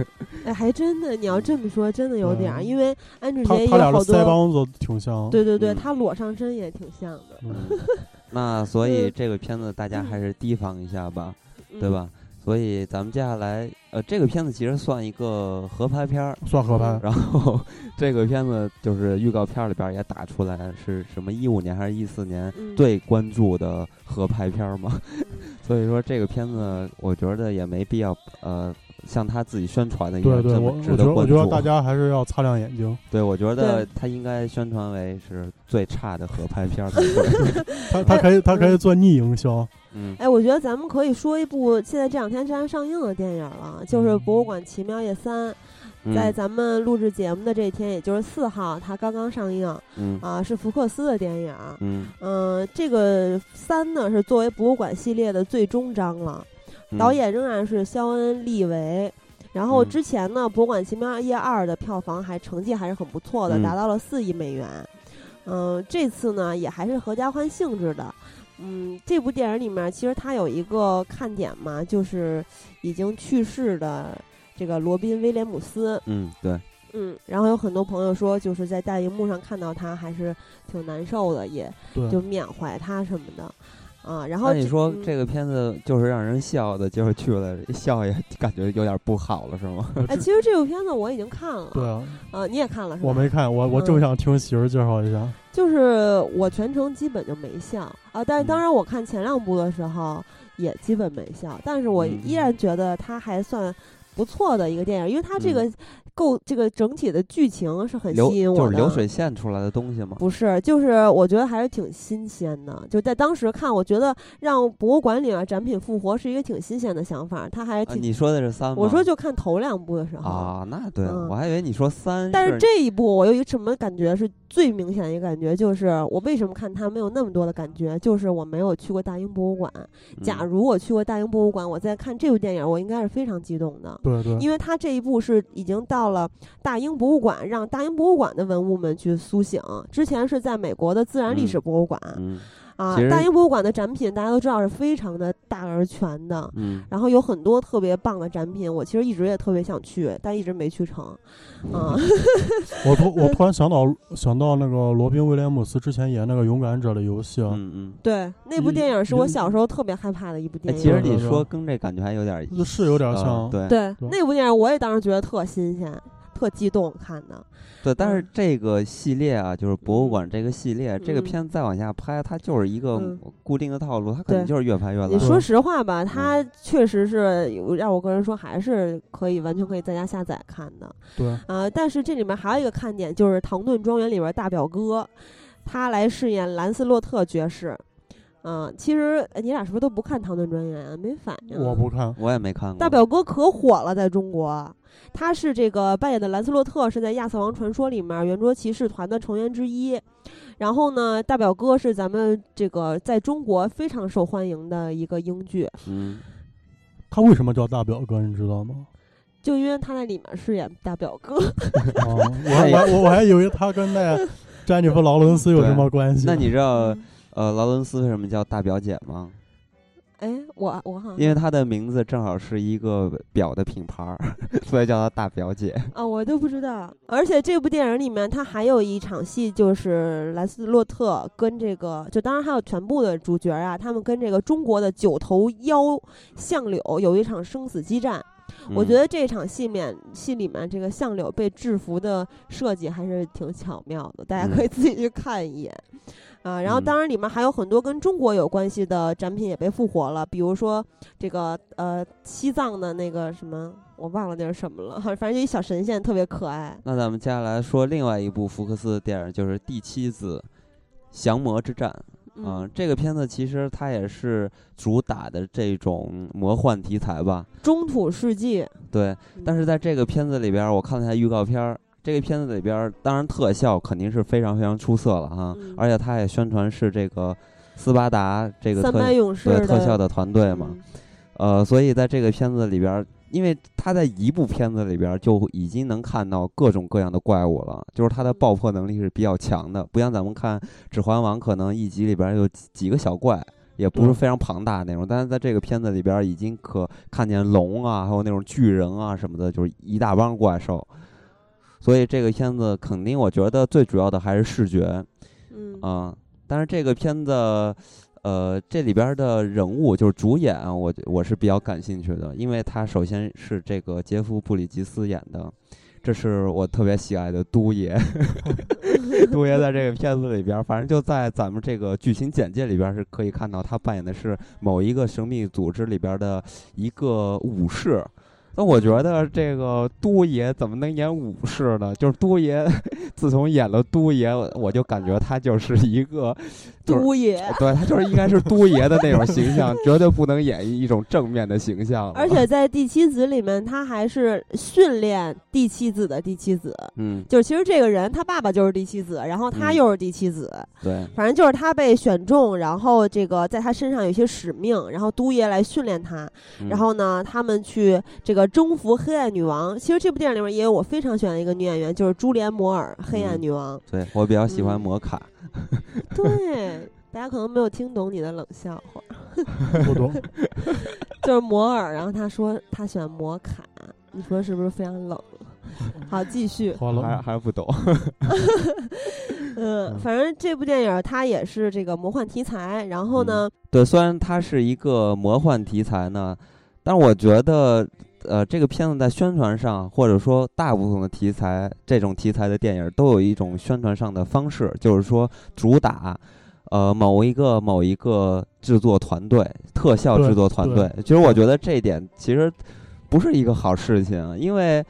哎，还真的，你要这么说，真的有点儿，嗯因为安志他杰也他俩有的好腮多，帮子挺像，对对对，嗯他裸上身也挺像的，嗯， 那所以嗯这个片子大家还是提防一下吧，嗯对？吧？所以咱们接下来，呃，这个片子其实算一个合拍片儿，算合拍。嗯然后这个片子就是预告片儿里边儿也打出来是什么一五年还是一四年嗯最关注的合拍片儿嘛， 所以说这个片子我觉得也没必要呃像他自己宣传的一对样对，这我么我值觉得得我关觉得大注。家还是要擦亮眼睛。对，我觉得对他应该宣传为是最差的合拍片儿才对。 哎他他可以他可以做逆营销，嗯，哎，我觉得咱们可以说一部现在这两天正在上映的电影了，就是《博物馆奇妙夜三》。在嗯咱们录制节目的这一天，也就是四号，它刚刚上映嗯啊，是福克斯的电影。嗯，嗯、这个三呢是作为博物馆系列的最终章了，嗯导演仍然是肖恩·利维。然后嗯之前呢，《博物馆奇妙夜二》的票房还成绩还是很不错的，嗯达到了四亿美元。嗯、这次呢也还是合家欢性质的。嗯，这部电影里面其实它有一个看点嘛，就是已经去世的这个罗宾·威廉姆斯。嗯对，嗯，然后有很多朋友说，就是在大荧幕上看到他还是挺难受的，也对就缅怀他什么的。啊。然后那你说嗯这个片子就是让人笑的，结果去了笑也感觉有点不好了，是吗？ 哎，其实这部片子我已经看了，对啊，啊，你也看了是吧？我没看，我我正嗯想听媳妇儿介绍一下。就是我全程基本就没笑啊，但是当嗯然我看前两部的时候也基本没笑，但是我嗯依然觉得它还算不错的一个电影，因为它这嗯个构这个整体的剧情是很流吸引我就的，是流水线出来的东西嘛。不是，就是我觉得还是挺新鲜的，就在当时看，我觉得让博物馆里面展品复活是一个挺新鲜的想法，它还啊，挺，你说的是三吗？我说就看头两部的时候。啊，那对，嗯我还以为你说三，但是这一部我有一个什么感觉是最明显的一个感觉，就是我为什么看它没有那么多的感觉，就是我没有去过大英博物馆。假嗯如我去过大英博物馆，我在看这部电影，我应该是非常激动的。对嗯对，因为它这一部是已经到了大英博物馆，让大英博物馆的文物们去苏醒。之前是在美国的自然历史博物馆、嗯啊其实，大英博物馆的展品大家都知道是非常的大而全的，嗯，然后有很多特别棒的展品，我其实一直也特别想去，但一直没去成。啊，我突嗯我突然想到想到那个罗宾威廉姆斯之前演那个《勇敢者》的游戏啊，嗯嗯。对，那部嗯电影是我人小时候特别害怕的一部哎，电影。其实对你对说跟这感觉还有点那是有点呃像。对对对那部电影，我也当时觉得特新鲜、特激动看的。对，但是嗯这个系列啊，就是博物嗯馆这个系列，这个嗯片再往下拍，它就是一个嗯固定的套路，它肯定对就是越拍越烂。你说实话吧，它嗯确实是有让我个人说还是可以完全可以在家下载看的对，啊。但是这里面还有一个看点，就是《唐顿庄园》里边大表哥，他来饰演兰斯洛特爵士。啊，其实哎你俩是不是都不看《唐顿庄园》啊？没反应啊。我不看，我也没看过。大表哥可火了，在中国，他是这个扮演的兰斯洛特是在《亚瑟王传说》里面圆桌骑士团的成员之一。然后呢，大表哥是咱们这个在中国非常受欢迎的一个英剧，嗯，他为什么叫大表哥，你知 道吗？就因为他在里面饰演大表哥。啊，我还我还我还以为他跟 那詹妮弗·劳伦斯有什么关系。那你知道嗯呃劳伦斯为什么叫大表姐吗？ 哎，我我好因像为她的名字正好是一个表的品牌儿， 所以叫她大表姐。啊，我都不知道。而且这部电影里面，他还有一场戏，就是兰斯洛特跟这个，就当然还有全部的主角啊，他们跟这个中国的九头妖相柳有一场生死激战。我嗯觉得这场戏面戏里面这个相柳被制服的设计还是挺巧妙的，大家可以自己去看一眼。啊，然后嗯当然里面还有很多跟中国有关系的展品也被复活了，比如说这个呃西藏的那个什么，我忘了那是什么了， 反正就一小神仙特别可爱。那咱们接下来说另外一部福克斯的电影，就是《第七子降魔之战》。啊、嗯，这个片子其实它也是主打的这种魔幻题材吧，中土世纪，对。但嗯是在这个片子里边儿，我看了一下预告片儿，这个片子里边儿当然特效肯定是非常非常出色了哈，嗯而且它也宣传是这个斯巴达这个三百特勇士对的特效的团队嘛，嗯呃，所以在这个片子里边儿，因为他在一部片子里边儿就已经能看到各种各样的怪物了，就是他的爆破能力是比较强的，不像咱们看《指环王》，可能一集里边儿有几几个小怪，也不是对非常庞大的那种，但是在这个片子里边儿已经可看见龙啊，还有那种巨人啊什么的，就是一大帮怪兽。所以这个片子肯定，我觉得最主要的还是视觉，嗯啊、但是这个片子，呃，这里边儿的人物就是主演啊，我我是比较感兴趣的，因为他首先是这个杰夫·布里吉斯演的，这是我特别喜爱的都爷。都爷在这个片子里边儿，反正就在咱们这个剧情简介里边儿是可以看到，他扮演的是某一个神秘组织里边儿的一个武士。那我觉得这个都爷怎么能演武士呢？就是都爷，自从演了都爷，我我就感觉他就是一个，就是都爷，对他就是应该是都爷的那种形象，绝对不能演绎一种正面的形象了。而且在第七子里面，他还是训练第七子的第七子，嗯，就是其实这个人他爸爸就是第七子，然后他嗯又是第七子，对，反正就是他被选中，然后这个在他身上有一些使命，然后都爷来训练他，嗯然后呢，他们去这个征服黑暗女王。其实这部电影里面也有我非常喜欢的一个女演员，就是朱莲·摩尔，黑暗嗯女王。对我比较喜欢嗯摩卡，对，大家可能没有听懂你的冷笑话，不懂，就是摩尔，然后他说他喜欢摩卡，你说是不是非常冷？好，继续。 好还了，还不懂。嗯，嗯反正这部电影它也是这个魔幻题材，然后呢，对，虽然它是一个魔幻题材呢，但是我觉得，呃，这个片子在宣传上，或者说大部分的题材这种题材的电影，都有一种宣传上的方式，就是说主打，呃，某一个某一个制作团队，特效对制作团对队。其实我觉得这一点其实不是一个好事情，因为。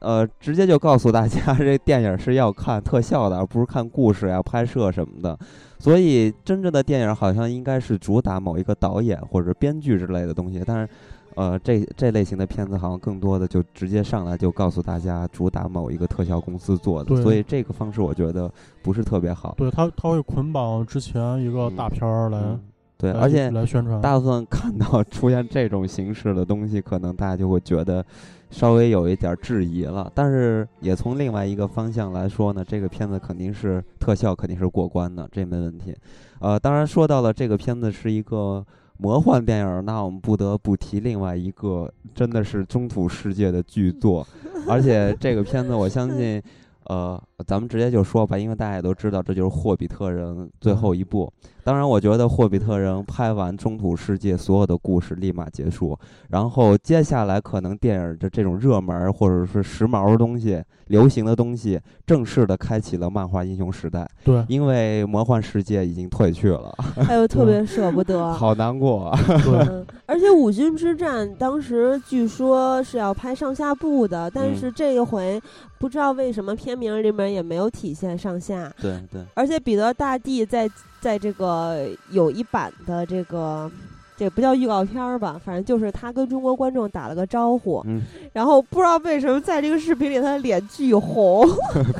呃，直接就告诉大家， 这电影是要看特效的，而不是看故事呀、拍摄什么的。所以，真正的电影好像应该是主打某一个导演或者编剧之类的东西，但是，呃，这这类型的片子好像更多的就直接上来就告诉大家主打某一个特效公司做的，对所以这个方式我觉得不是特别好。对他他会捆绑之前一个大片儿来、嗯，对，来而且来宣传，大部分看到出现这种形式的东西，可能大家就会觉得稍微有一点质疑了。但是也从另外一个方向来说呢，这个片子肯定是特效肯定是过关的，这没问题。呃，当然说到了这个片子是一个魔幻电影，那我们不得不提另外一个真的是中土世界的巨作，而且这个片子我相信。呃，咱们直接就说吧，因为大家也都知道，这就是《霍比特人》最后一部。当然，我觉得《霍比特人》拍完中土世界所有的故事立马结束，然后接下来可能电影的这种热门儿或者是时髦的东西、流行的东西，正式的开启了漫画英雄时代， 对因为魔幻世界已经退去了，哎呦，特别舍不得。嗯好难过啊。对嗯，而且五军之战当时据说是要拍上下部的，但嗯是这一回不知道为什么片名里面也没有体现上下，对对，而且彼得大帝在在这个有一版的这个。这不叫预告片儿吧，反正就是他跟中国观众打了个招呼，嗯， 然后不知道为什么在这个视频里他的脸巨红，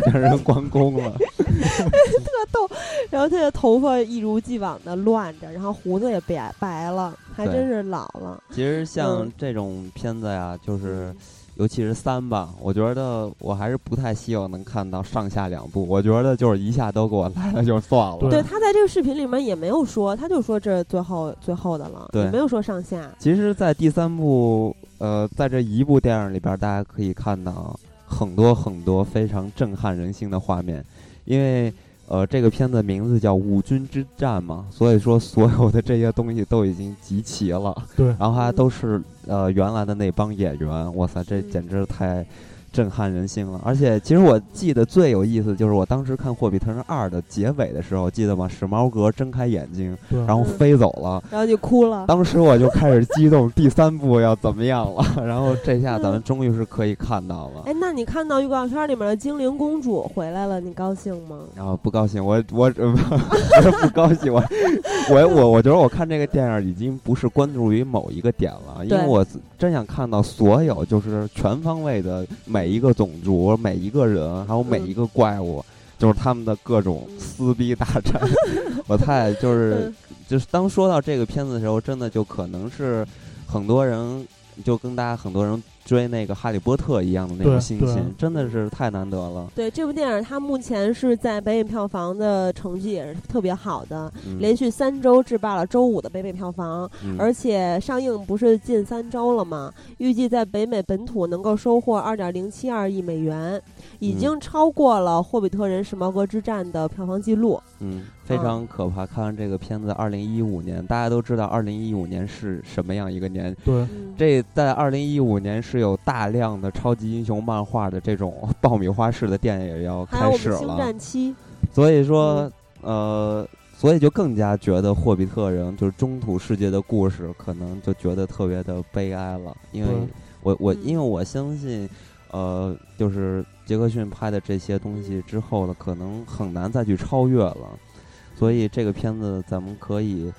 让人关公了。然后他的头发一如既往的乱着，然后胡子也白白了，还对真是老了。其实像嗯这种片子呀，就是。尤其是三吧，我觉得我还是不太希望能看到上下两部。我觉得就是一下都给我来了就算了。对对他在这个视频里面也没有说，他就说这是最后最后的了，对也没有说上下。其实，在第三部，呃，在这一部电影里边儿，大家可以看到很多很多非常震撼人心的画面，因为呃，这个片子名字叫《五军之战》嘛，所以说所有的这些东西都已经集齐了，对然后还嗯都是呃原来的那帮演员，哇塞，这嗯简直太。震撼人心了，而且其实我记得最有意思就是我当时看《霍比特人二》的结尾的时候，记得吗？史矛革睁开眼睛，对， 然后嗯飞走了，然后就哭了，当时我就开始激动，第三部要怎么样了？ 然后这下咱们终于是可以看到了。哎，那你看到预告片里面的精灵公主回来了，你高兴吗？然后不高兴，我我我是不高兴，我我我我觉得我看这个电影已经不是关注于某一个点了，因为对我真想看到所有就是全方位的每一个种族、每一个人，还有嗯每一个怪物，就是他们的各种撕逼大战。 我太就是嗯就是当说到这个片子的时候，真的就可能是很多人就跟大家很多人追那个《哈利波特》一样的那种对心对情，真嗯的是太难得了。对，这部电影它目前是在北美票房的成绩也是特别好的，嗯连续三周制霸了周五的北美票房，嗯而且上映不是近三周了吗？预计在北美本土能够收获二点零七二亿美元，已嗯经超过了《霍比特人：是毛革之战》的票房记录。嗯，非啊常可怕。看完这个片子，二零一五年，大家都知道二零一五年是什么样一个年。对嗯这在二零一五年是有大量的超级英雄漫画的这种爆米花式的电影要还有开我始们星了，战七，所以说，嗯呃，所以就更加觉得《霍比特人》就是中土世界的故事，可能就觉得特别的悲哀了，因为对我我嗯因为我相信，呃，就是杰克逊拍的这些东西之后呢，可能很难再去超越了，所以这个片子咱们可以。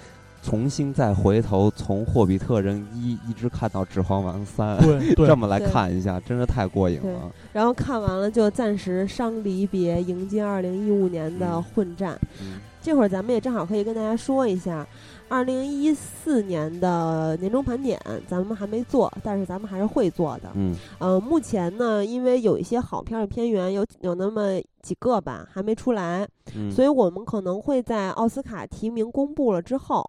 重新再回头，从《霍比特人一》一直看到《指环王三》，对对这么来对看一下，真是太过瘾对了。然后看完了就暂时伤离别，迎接二零一五年的嗯混战。嗯这会儿咱们也正好可以跟大家说一下，二零一四年的年终盘点，咱们还没做，但是咱们还是会做的。嗯呃，目前呢，因为有一些好片儿的片源有有那么几个吧，还没出来，嗯，所以我们可能会在奥斯卡提名公布了之后，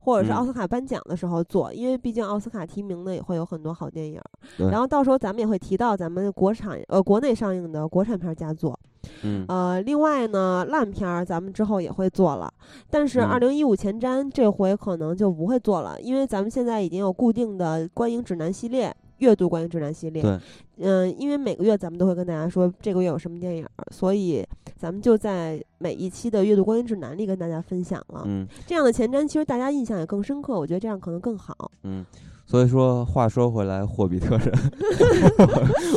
或者是嗯奥斯卡颁奖的时候做，因为毕竟奥斯卡提名的也会有很多好电影儿。对然后到时候咱们也会提到咱们国产呃国内上映的国产片儿佳作。嗯呃，另外呢，烂片儿咱们之后也会做了，但是嗯二零一五前瞻这回可能就不会做了，因为咱们现在已经有固定的观影指南系列。阅读观影指南系列，对嗯、因为每个月咱们都会跟大家说这个月有什么电影儿，所以咱们就在每一期的阅读观影指南里跟大家分享了。嗯这样的前瞻，其实大家印象也更深刻，我觉得这样可能更好。嗯，所以说话说回来，霍比特人，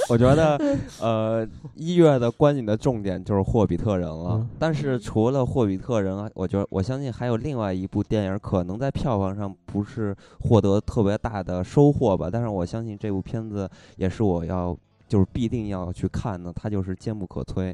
我觉得呃一月的观影的重点就是霍比特人了。嗯但是除了霍比特人啊，我觉得我相信还有另外一部电影可能在票房上不是获得特别大的收获吧，但是我相信这部片子也是我要。就是必定要去看的，它就是坚不可摧。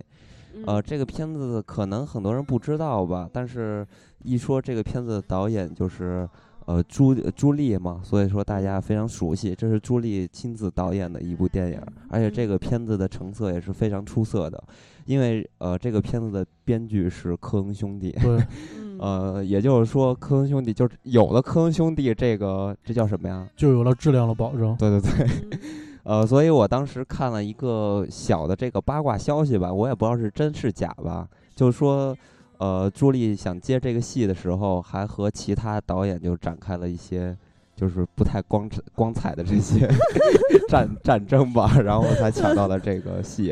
呃，嗯，这个片子可能很多人不知道吧，但是一说这个片子的导演就是呃朱呃朱莉嘛，所以说大家非常熟悉，这是朱莉亲自导演的一部电影，而且这嗯个片子的成色也是非常出色的，因为呃这个片子的编剧是科恩兄弟。对，嗯呃，也就是说，科恩兄弟就是有了科恩兄弟这个，这叫什么呀？就有了质量的保证。对对对，嗯呃，所以我当时看了一个小的这个八卦消息吧，我也不知道是真是假吧，就是说，呃，朱莉想接这个戏的时候，还和其他导演就展开了一些就是不太光彩光彩的这些 战战争吧，然后才抢到了这个戏，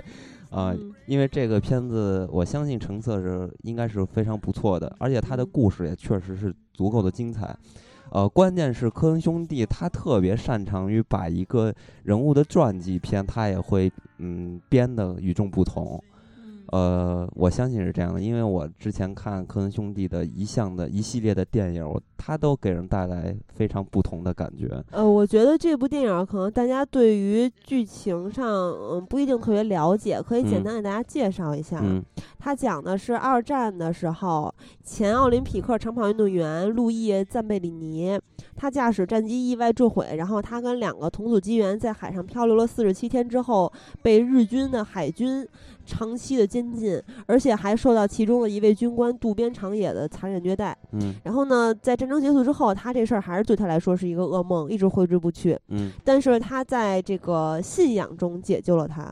啊、嗯因为这个片子，我相信成色是应该是非常不错的，而且它的嗯故事也确实是足够的精彩。呃，关键是科恩兄弟他特别擅长于把一个人物的传记片，他也会嗯编的与众不同。呃，我相信是这样的，因为我之前看科恩兄弟的一项的一系列的电影，我他都给人带来非常不同的感觉。呃，我觉得这部电影儿可能大家对于剧情上，嗯，不一定特别了解，可以简嗯单给大家介绍一下。嗯它讲的是二战的时候，前奥林匹克长跑运动员路易·赞贝里尼，他驾驶战机意外坠毁，然后他跟两个同组机员在海上漂流了四十七天之后，被日军的海军长期的监禁，而且还受到其中的一位军官渡边长野的残忍虐待。嗯然后呢，在战争结束之后，他这事儿还是对他来说是一个噩梦，一直挥之不去。嗯但是他在这个信仰中解救了他。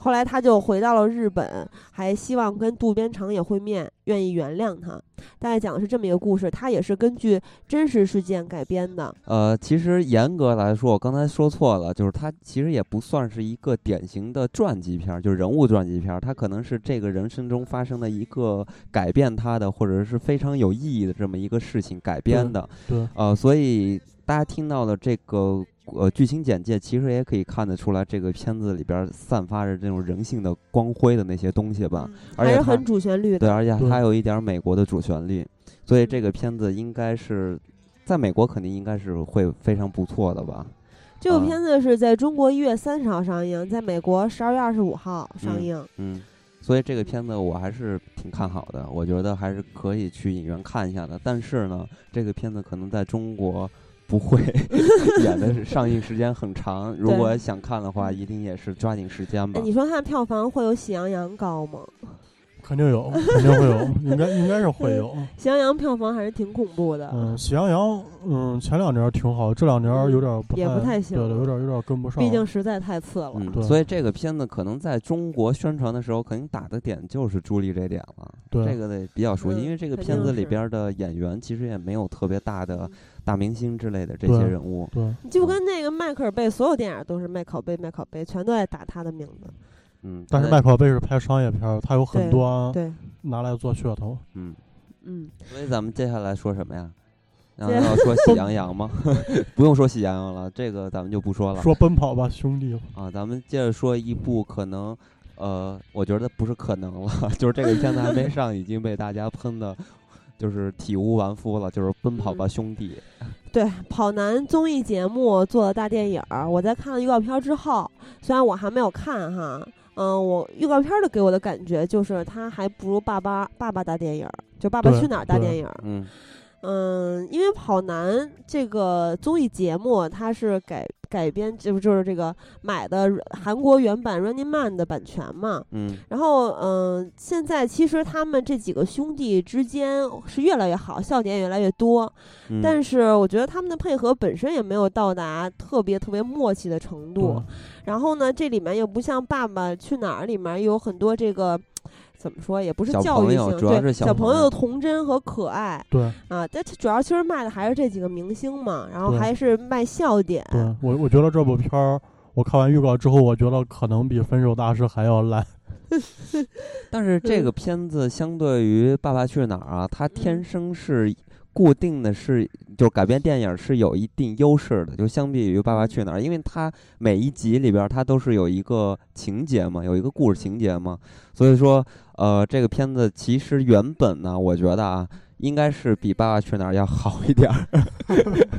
后来他就回到了日本，还希望跟渡边长也会面，愿意原谅他。大概讲的是这么一个故事，它也是根据真实事件改编的。呃，其实严格来说，我刚才说错了，就是它其实也不算是一个典型的传记片儿，就是人物传记片儿，它可能是这个人生中发生的一个改变他的，或者是非常有意义的这么一个事情改编的。对，呃，所以大家听到的这个呃剧情简介，其实也可以看得出来，这个片子里边儿散发着这种人性的光辉的那些东西吧。而还且是它很主旋律对，的。而且它对有一点儿美国的主旋律，所以这个片子应该是在美国肯定应该是会非常不错的吧。这部嗯片子是在中国一月三十号上映，在美国十二月二十五号上嗯映。嗯，所以这个片子我还是挺看好的，我觉得还是可以去影院看一下的。但是呢，这个片子可能在中国不会演的是上映时间很长，如果想看的话，一定也是抓紧时间哎，吧你。说它票房会有《喜羊羊》高吗？肯定 有，肯定会有，应该应该是会有。 《喜羊羊》票房还是挺恐怖的。嗯，喜羊羊，嗯，前两年挺好，这两年有点不嗯太，也不太行对，有点有点跟不上。毕竟实在太次了。嗯，对所以这个片子可能在中国宣传的时候，肯定打的点就是朱莉这点了。对这个得比较熟悉，嗯因为这个肯片定子里是边的演员其实也没有特别大的嗯大明星之类的这对些人物。对，就跟那个迈克尔贝，所有电影都是迈克尔贝，迈克尔贝，全都在打他的名字。嗯，但是在麦克贝是拍商业片儿，他有很多对，拿来做噱头。嗯，嗯，所以咱们接下来说什么 呀？然后接要说喜羊羊吗？ 不用说喜羊羊了，这个咱们就不说了说奔跑吧兄弟，啊。咱们接着说一部可能，呃，我觉得不是可能了， 就是这个片子还没上，已经被大家喷的，就是体无完肤了，就是《奔跑吧嗯兄弟》对，跑男综艺节目做的大电影儿，我在看了预告片儿之后，虽然我还没有看哈，嗯，我预告片儿的给我的感觉就是他还不如爸爸爸爸大电影儿，就爸爸对去哪儿大对电影儿。嗯。嗯，因为跑男这个综艺节目，它是改改编，就就是这个买的韩国原版《Running Man》的版权嘛。嗯然后，嗯、现在其实他们这几个兄弟之间是越来越好，笑点也越来越多。嗯，但是我觉得他们的配合本身也没有到达特别特别默契的程度。然后呢，这里面又不像《爸爸去哪儿》里面有很多这个怎么说，也不是小教朋育友性，主要对是小小朋友的童真和可爱对啊。但它主要其实卖的还是这几个明星嘛，然后对还是卖笑点。对，我我觉得这部片儿，我看完预告之后，我觉得可能比《分手大师》还要烂。但是这嗯个片子相对于《爸爸去哪儿》啊，它天生是固定的是，就是改编电影是有一定优势的，就相比于《爸爸去哪儿》，因为它每一集里边儿它都是有一个情节嘛，有一个故事情节嘛，所以说呃，这个片子其实原本呢，我觉得啊。应该是比《爸爸去哪儿》要好一 点儿，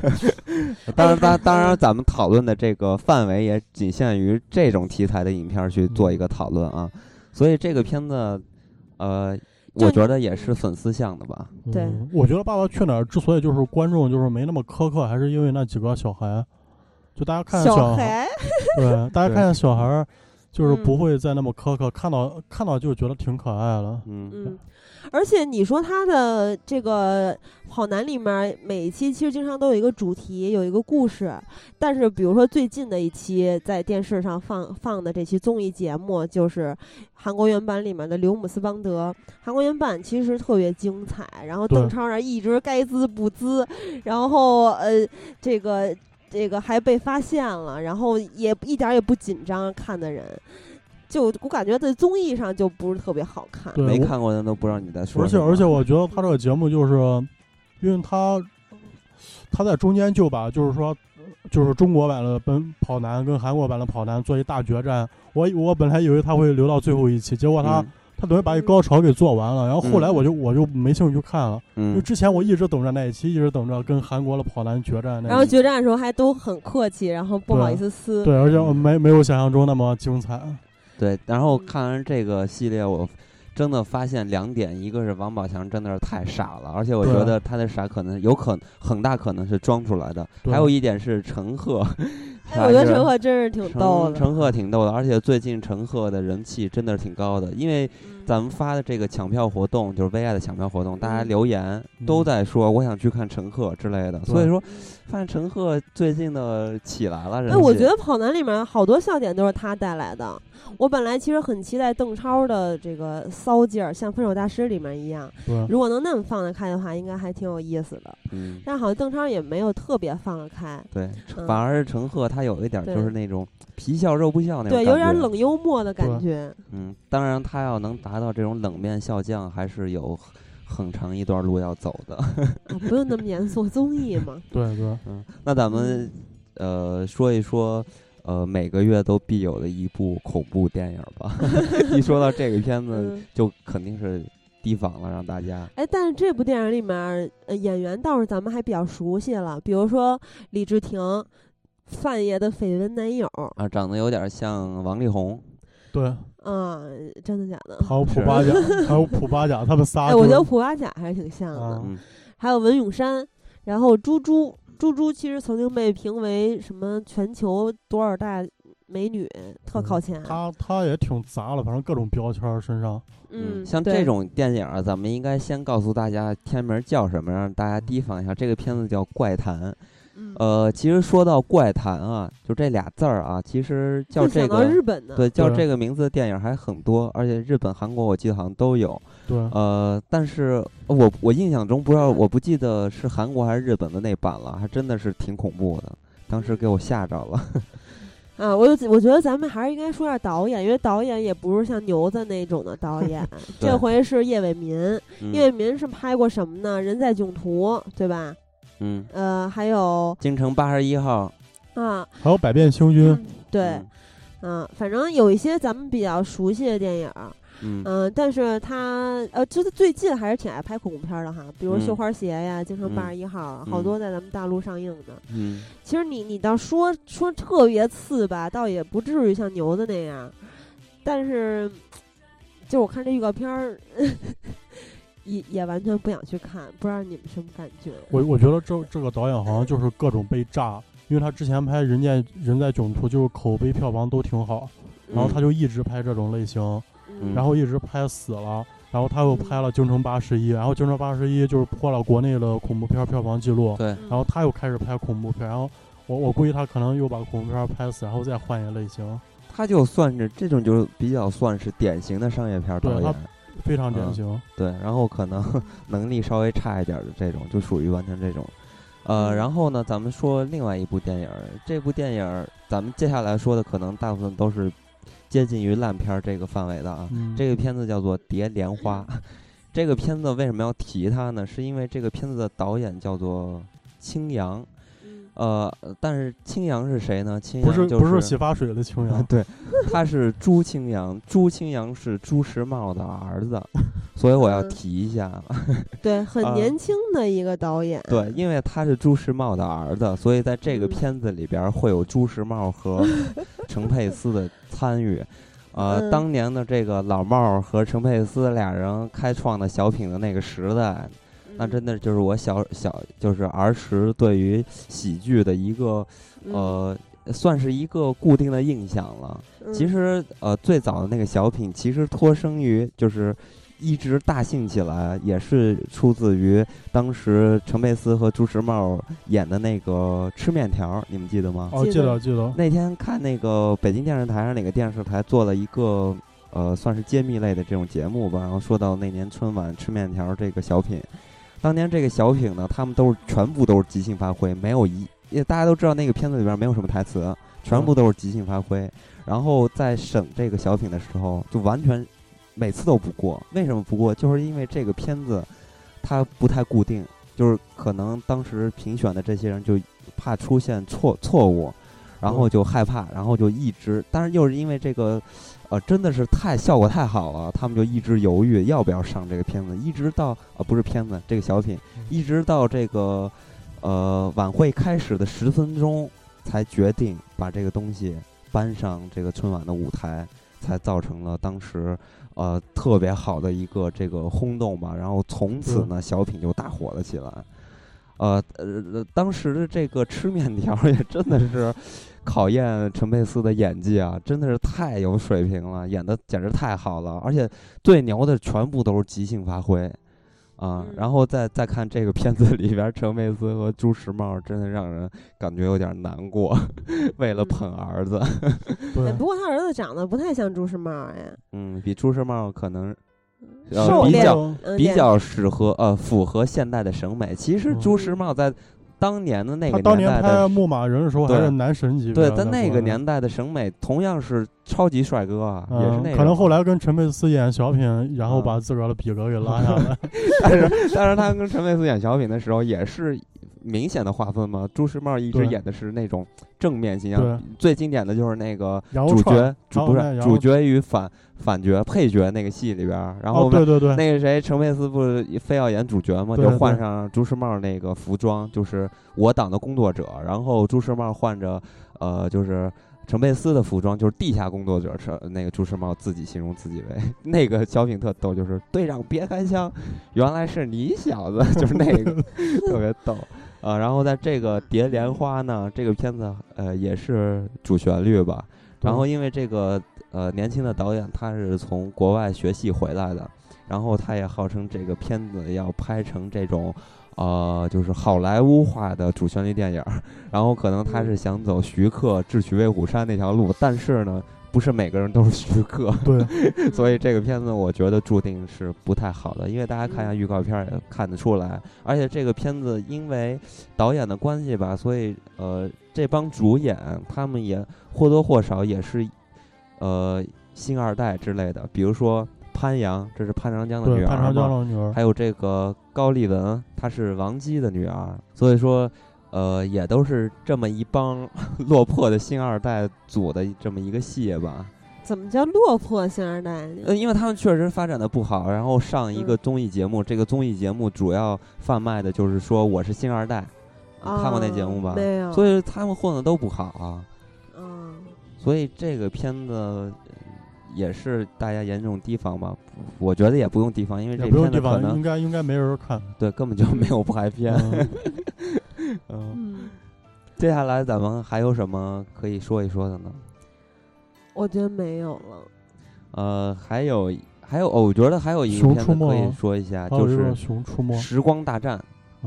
当然，当当然，咱们讨论的这个范围也仅限于这种题材的影片儿去嗯做一个讨论啊。所以这个片子，呃，就我你觉得也是粉丝向的吧。 对嗯我觉得《爸爸去哪儿》之所以就是观众就是没那么苛刻，还是因为那几个小孩，就大家看小小孩， 对，大家对看见小孩儿，就是嗯不会再那么苛刻，看到看到就觉得挺可爱了。嗯，嗯，而且你说他的这个跑男里面，每一期其实经常都有一个主题，有一个故事。但是比如说最近的一期在电视上放放的这期综艺节目，就是韩国原版里面的《刘姆斯邦德》。韩国原版其实特别精彩，然后对邓超那儿啊一直该滋不滋，然后呃这个。这个还被发现了，然后也一点儿也不紧张，看的人，就我感觉在综艺上就不是特别好看。对，没我看过的都不知道你在说而什且么。啊而且，我觉得他这个节目就是，因为他他在中间就把就是说，就是中国版的奔跑男跟韩国版的跑男做一大决战。我以我本来以为他会留到最后一期，结果他、嗯他等于把一高潮给做完了。然后后来嗯我就、我就没兴趣看了，因为嗯，之前我一直等着那一期，一直等着跟韩国的跑男决战那然一后期。决战的时候还都很客气，然后不对好意思撕。对，而且我没没有想象中那么精彩。对。然后看完这个系列，我真的发现两点：一个是王宝强真的是太傻了，而且我对觉得他的傻可能有可很大可能是装出来的。对还有一点是陈赫，哎，我觉他得是陈赫真是挺逗陈的。陈赫挺逗的，而且最近陈赫的人气真的是挺高的，因为嗯咱们发的这个抢票活动，就是 VI 的抢票活动，大家嗯留言都在说我想去看陈赫之类的，所以说发现陈赫最近的起来了。人哎，我气觉得跑男里面好多笑点都是他带来的。我本来其实很期待邓超的这个骚劲儿，像《分手大师》里面一样，对，如果能那么放得开的话，应该还挺有意思的。嗯，但好像邓超也没有特别放得开，对，嗯反而是陈赫他有一点对就是那种皮笑肉不笑那种感对，觉有点。冷幽默的感 觉。嗯，当然他要能达到这种冷面笑匠，还是有很很长一段路要走的。啊不用那么严肃，综艺嘛。对对，嗯，那咱们呃说一说。呃，每个月都必有的一部恐怖电影 吧。一说到这个片子，嗯，就肯定是提防了，让大家哎，但是这部电影里面儿，呃，演员倒是咱们还比较熟悉了，比如说李治廷，范爷的绯闻男友，啊长得有点像王力宏，对，啊，真的假的？还有普是巴甲，还有普巴甲，他们仨、哎，就是。我觉得普巴甲还是挺像的，啊嗯，还有文咏珊，然后猪猪，猪猪其实曾经被评为什么全球多少大美女，嗯特靠前。他他也挺杂了，反正各种标签儿身上。嗯，像对这种电影儿，咱们应该先告诉大家片名叫什么，让大家提防一下。这个片子叫《怪谈》。嗯呃，其实说到怪谈啊，就这俩字儿啊，其实叫会这想到日个。本呢，对，叫对这个名字的电影儿还很多，而且日本、韩国我记得好像都有。对，呃，但是我我印象中不知道，我不记得是韩国还是日本的那版了，还真的是挺恐怖的，当时给我吓着了。啊，我有我觉得咱们还是应该说一下导演，因为导演也不是像牛子那种的导 演，对这回是叶伟民，嗯叶伟民是拍过什么呢？《人在囧途》，对吧？嗯，呃，还有京城八十一号，啊，还有百变星君，对，嗯嗯、反正有一些咱们比较熟悉的电影儿，嗯，嗯、但是他呃，就是最近还是挺爱拍恐怖片儿的哈，比如《嗯绣花鞋》呀，《京城嗯八十一号》啊，嗯好多在咱们大陆上映的。嗯，其实你你倒说说特别次吧，倒也不至于像牛的那样，但是就我看这预告片儿。 也也完全不想去看，不知道你们什么感觉？我我觉得这这个导演好像就是各种被炸，因为他之前拍《人间人在囧途》就是口碑票房都挺好，嗯然后他就一直拍这种类型，嗯然后一直拍死了，然后他又拍了《京城八十一》，然后《京城八十一》就是破了国内的恐怖片票房记录，对，嗯然后他又开始拍恐怖片，然后我我估计他可能又把恐怖片拍死，然后再换一个类型，他就算是这种，就比较算是典型的商业片导对他演。非嗯常典型。对，然后可能 能力稍微差一点儿的这种，就属于完全这种。呃，嗯然后呢，咱们说另外一部电影儿，这部电影儿咱们接下来说的可能大部分都是接近于烂片儿这个范围的啊。嗯，这个片子叫做《蝶莲花》， 这个片子为什么要提它呢？是因为这个片子的导演叫做青扬，嗯呃，但是青扬是谁呢？青不扬是就不是洗是，发水的清 扬对，他是朱青扬，朱青扬是朱时茂的儿子，所以我要嗯提一下。 对，很啊年轻的一个导演，对，因为他是朱时茂的儿子，所以在这个嗯片子里边儿会有朱时茂 和程佩斯的参与。呃，嗯当年的这个老帽儿和程佩斯俩人开创的小品的那个时代，那嗯真的就是我小小就是儿时对于喜剧的一个，呃，算是一个固定的印象了。嗯其实呃，最早的那个小品其实脱生于就是一直大兴起来，也是出自于当时陈佩斯和朱时茂演的那个吃面条儿，你们记得吗？哦，记记得得记得，那天看那个北京电视台上哪个电视台做了一个呃，算是揭秘类的这种节目吧，然后说到那年春晚吃面条这个小品，当年这个小品呢，他们都是全部都是即兴发挥，没有一，因为大家都知道那个片子里边没有什么台词，全部都是即兴发挥。然后在审这个小品的时候，就完全每次都不过，为什么不过？就是因为这个片子它不太固定，就是可能当时评选的这些人就怕出现错错误，然后就害怕，然后就一直，但是又是因为这个，呃，真的是太效果太好了，他们就一直犹豫要不要上这个片子，一直到呃不是片子这个小品，一直到这个呃晚会开始的十分钟才决定把这个东西搬上这个春晚的舞台，才造成了当时呃特别好的一个这个轰动吧。然后从此呢，小品就大火了起来。呃呃，当时的这个吃面条儿也真的是考验陈佩斯的演技啊，真的是太有水平了，演的简直太好了，而且最牛的全部都是即兴发挥。啊，嗯然后再再看这个片子里边儿，陈佩斯和朱时茂真的让人感觉有点儿难过， 为了嗯捧儿子，哎对不，过他儿子长得不太像朱时茂哎，嗯，比朱时茂可能呃瘦比脸较嗯嗯比脸较适合呃符合现代的审美。其实嗯朱时茂在当年的那他个当年代年拍的《牧马人》的时候还对是男神级别对，的，在那国个内年代的审美同样是超级帅哥啊，也是嗯那可能种后来跟陈佩斯演小品，然后嗯把自个儿的逼格给拉 下来。 但 是但是他跟陈佩斯演小品的时候也是明显的划分嘛。朱时茂一直对演的是那种正面形对象，最经典的就是那个然后主串角主然不后那是然主后角与反反角配角那个戏里边儿，然哦后对对对，那个谁，陈佩斯不是非要演主角吗？对就对换对上朱时茂那个服装，就是我党的工作者，然后朱时茂换着呃，就是陈佩斯的服装，就是地下工作者。是那个朱时茂自己形容自己为 那个小品特逗，就是队长别开枪，原来是你小子，就是那个 特别逗。啊，然后在这个《蝶莲花》呢，这个片子呃也是主旋律吧。然后因为这个呃年轻的导演他是从国外学戏回来的，然后他也号称这个片子要拍成这种呃就是好莱坞化的主旋律电影儿， 然后可能他是想走徐克《智取威虎山》那条路，但是呢。不是每个人都是徐克，对，嗯所以嗯这个片子我觉得注定是不太好的，因为大家嗯看一下预告片儿也看得出来，而且这个片子因为导演的关系吧，所以呃，这帮主演他们也或多或少也是呃星二代之类的，比如说潘阳，这是潘长江的女对潘儿长江嘛，的女儿，还有这个高丽雯，她是王姬的女儿，所以说。呃，也都是这么一帮 落魄的星二代组的这么一个戏吧，怎么叫落魄星二代呢？呃，因为他们确实发展的不好，然后上嗯一个综艺节目，这个综艺节目主要贩卖的就是说我是星二代，你看过那节目吧啊？没有，所以以他们混的都不好啊，嗯所以这个片子呃也是大家严重提防吧。我觉得也不用提防，因为这也不用片子地可方，应能该应该没人看。 对根本就没有拍片。嗯 嗯，嗯，接下来咱们还有什么可以说一说的呢？我觉得没有了。呃，还有还有，哦我觉得还有一个熊片出子可没以说一下，还有就一个是《熊 出没》《时光大战》。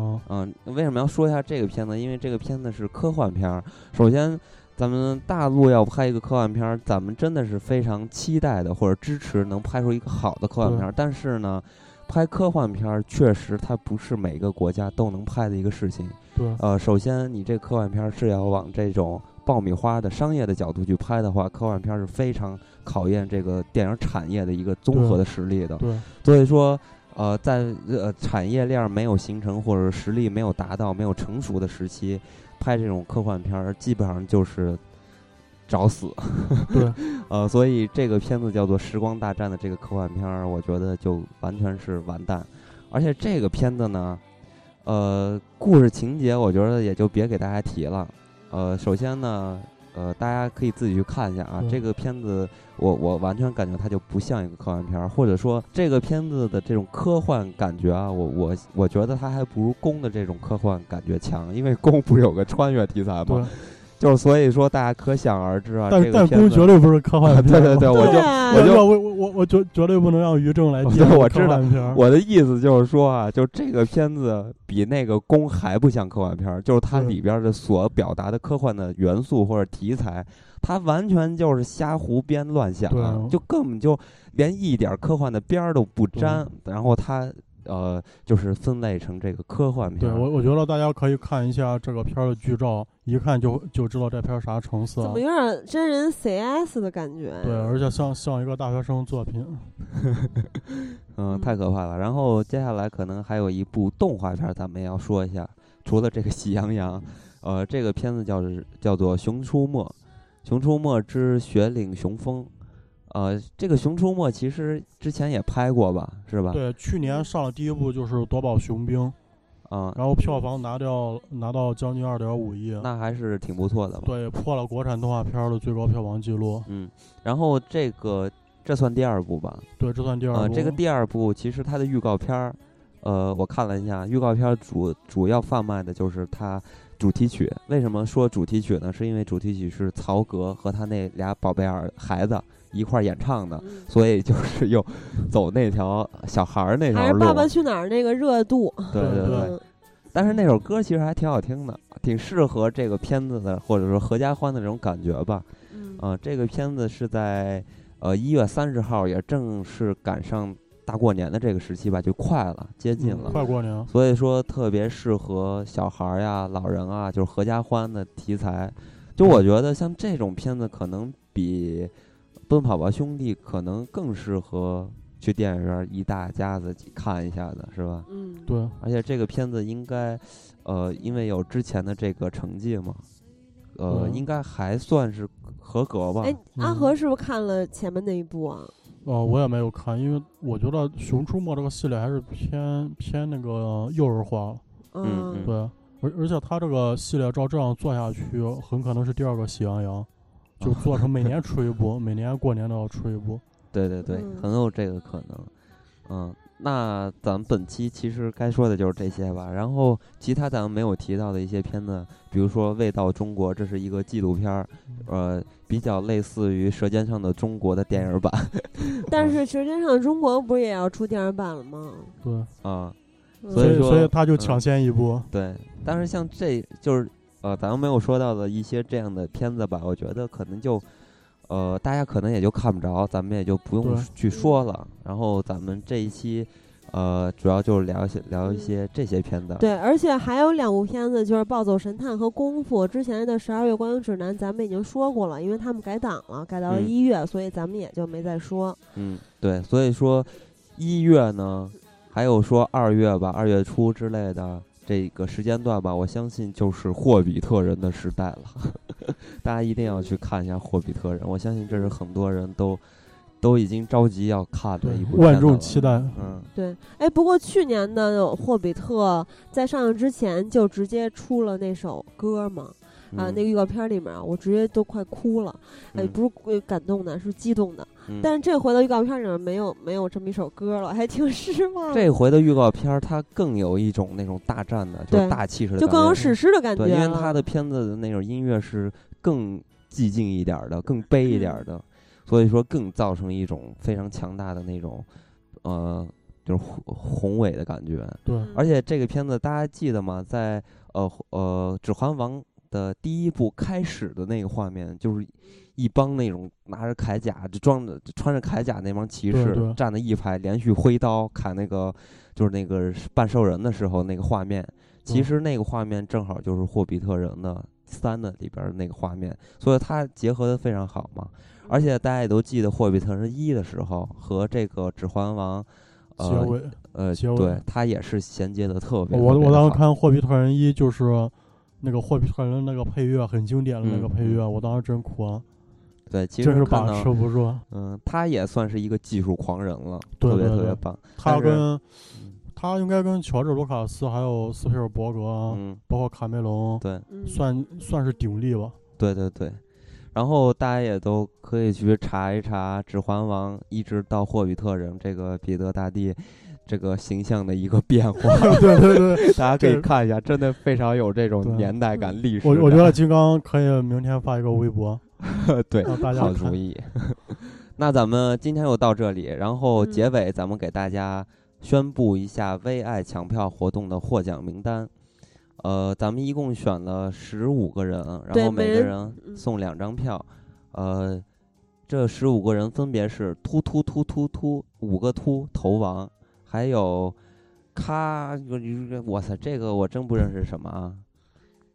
啊，嗯，为什么要说一下这个片子？因为这个片子是科幻片儿。首先，咱们大陆要拍一个科幻片儿，咱们真的是非常期待的，或者支持能拍出一个好的科幻片儿。但是呢，拍科幻片儿确实它不是每个国家都能拍的一个事情。对，呃，首先你这科幻片儿是要往这种爆米花的商业的角度去拍的话，科幻片儿是非常考验这个电影产业的一个综合的实力的。对，所以说，呃，在呃产业链儿没有形成或者实力没有达到、没有成熟的时期，拍这种科幻片儿基本上就是找死。 对，呃，所以这个片子叫做《时光大战》的这个科幻片儿，我觉得就完全是完蛋。而且这个片子呢，呃，故事情节我觉得也就别给大家提了。呃，首先呢，呃，大家可以自己去看一下啊。嗯这个片子我，我完全感觉它就不像一个科幻片儿，或者说这个片子的这种科幻感觉啊，我我我觉得它还不如宫的这种科幻感觉强，因为宫不是有个穿越题材对吗？，就是所以说大家可想而知啊，但这个但片宫子哦绝对啊不是科幻片 对儿，对对，我就对我就我我我我绝绝对不能让于正来接对我知科道幻片儿，我的意思就是说啊，就这个片子比那个《宫》还不像科幻片儿，就是它对里边儿的所表达的科幻的元素或者题材，它完全就是瞎胡编乱想对啊啊，就根本就连一点儿科幻的边儿都不沾。然后它呃，就是分类成这个科幻片对儿。我我觉得大家可以看一下这个片儿的剧照，一看就就知道这片儿啥成色怎。啊么有点真人 CS 的感觉？对，而且像像一个大学生作品，啊嗯，太可怕了。然后接下来可能还有一部动画片，咱们也要说一下。除了这个《喜羊羊》， 呃，这个片子叫是叫做《熊出没》，《熊出没之雪岭雄风》。呃，这个《熊出没》其实之前也拍过吧，是吧？对，去年上了第一部就是《夺宝雄兵》，啊、然后票房拿掉拿到将近二点五亿，那还是挺不错的嘛。对，破了国产动画片儿的最高票房记录。嗯，然后这个这算第二部吧？对，这算第二呃，部。这个第二部其实它的预告片儿，呃，我看了一下，预告片儿主主要贩卖的就是它主题曲。为什么说主题曲呢？是因为主题曲是曹格和他那俩宝贝儿孩子一块儿演唱的，嗯所以就是又走那条小孩儿那还条是《路。爸爸去哪儿》那个热度，对对对嗯但是那首歌其实还挺好听的，挺适合这个片子的，或者说合家欢的这种感觉吧。嗯呃，这个片子是在呃一月三十号，也正是赶上大过年的这个时期吧，就快了，接近嗯了。快过年，所以说特别适合小孩儿呀、老人啊，就是合家欢的题材。就我觉得像这种片子，可能比《奔跑吧兄弟》可能更适合去电影院一大家子看一下的，是吧？嗯，对，而且这个片子应该，呃，因为有之前的这个成绩嘛，呃，嗯应该还算是合格吧。哎，嗯阿和是不是看了前面那一部啊？呃，我也没有看，因为我觉得《熊出没》这个系列还是偏偏那个呃幼儿化了。嗯嗯对，啊而而且它这个系列照这样做下去，很可能是第二个《喜羊羊》，就做成每年出一部，每年过年都要出一部。对对对，嗯很有这个可能。嗯，那咱们本期其实该说的就是这些吧。然后其他咱们没有提到的一些片子，比如说《味道中国》，这是一个纪录片儿，呃，比较类似于《舌尖上的中国》的电影版 但是《舌尖上的中国》不是也要出电影版了吗？对，啊、嗯所所以以说所以他就抢先一部。对，但是像这就是呃，咱们没有说到的一些这样的片子吧，我觉得可能就。呃，大家可能也就看不着，咱们也就不用对去说了。然后咱们这一期，呃，主要就是聊一些聊一些这些片子。对，而且还有两部片子，就是《暴走神探》和《功夫》。之前的《十二月光影指南》咱们已经说过了，因为他们改档了，改到了嗯一月，所以咱们也就没再说。嗯，对，所以说一月呢，还有说二月吧，二月初之类的这个时间段吧，我相信就是霍比特人的时代了。 大家一定要去看一下《霍比特人》，我相信这是很多人都都已经着急要看的一部万片子众了期待。嗯，对，哎，不过去年的《霍比特》在上映之前就直接出了那首歌嘛，啊，嗯那个预告片里面啊我直接都快哭了，哎，嗯不是呃感动的，是激动的。嗯但是这回的预告片里面没有没有这么一首歌了，还挺失望。这回的预告片儿它更有一种那种大战的，就是对大气势的就感觉，更有史诗的感觉对，因为他了的片子的那种音乐是更寂静一点儿的，更悲一点嗯儿的，所以说更造成一种非常强大的那种，呃，就是宏宏伟的感觉。对，嗯而且这个片子大家记得吗？在呃呃《指环王》的第一部开始的那个画面，就是一帮那种拿着铠甲、就装着穿着铠甲那帮骑对士对站的一排，连续挥刀砍那个就是那个半兽人的时候那个画面。其嗯实那个画面正好就是《霍比特人》的三的里边儿那个画面，所以它结合的非常好嘛。嗯而且大家也都记得《霍比特人一》的时候和这个《指环王》结呃尾。呃，结尾对，它也是衔接的特别。我呃特别地我当好时看《霍比特人一》，就是那个《霍比特人》那个配乐很经典的那个嗯配乐，我当时真哭啊，对，其实真是看把到持不住。嗯，他也算是一个技术狂人了，对特别特对别对棒。但他是嗯跟他应该跟乔治·卢卡斯还有斯皮尔伯格，啊嗯，包括卡梅隆，对嗯算算是鼎力吧。 对对对。然后大家也都可以去查一查《指环王》，一直到《霍比特人》这个彼得大帝这个形象的一个变 化，对对对，大家可以这看一下，真的非常有这种对年代感、历史我我觉感得金刚可以明天发一个微博 对，让大家好看主。意。那咱们今天就到这里，然后嗯结尾咱们给大家宣布一下微爱抢票活动的获奖名单。呃，咱们一共选了十五个人，然对后每每个人人嗯送两张票。呃，这十五个人分别是突突突突突五个突头王，还有咔，我操，这个我真不认识什么啊。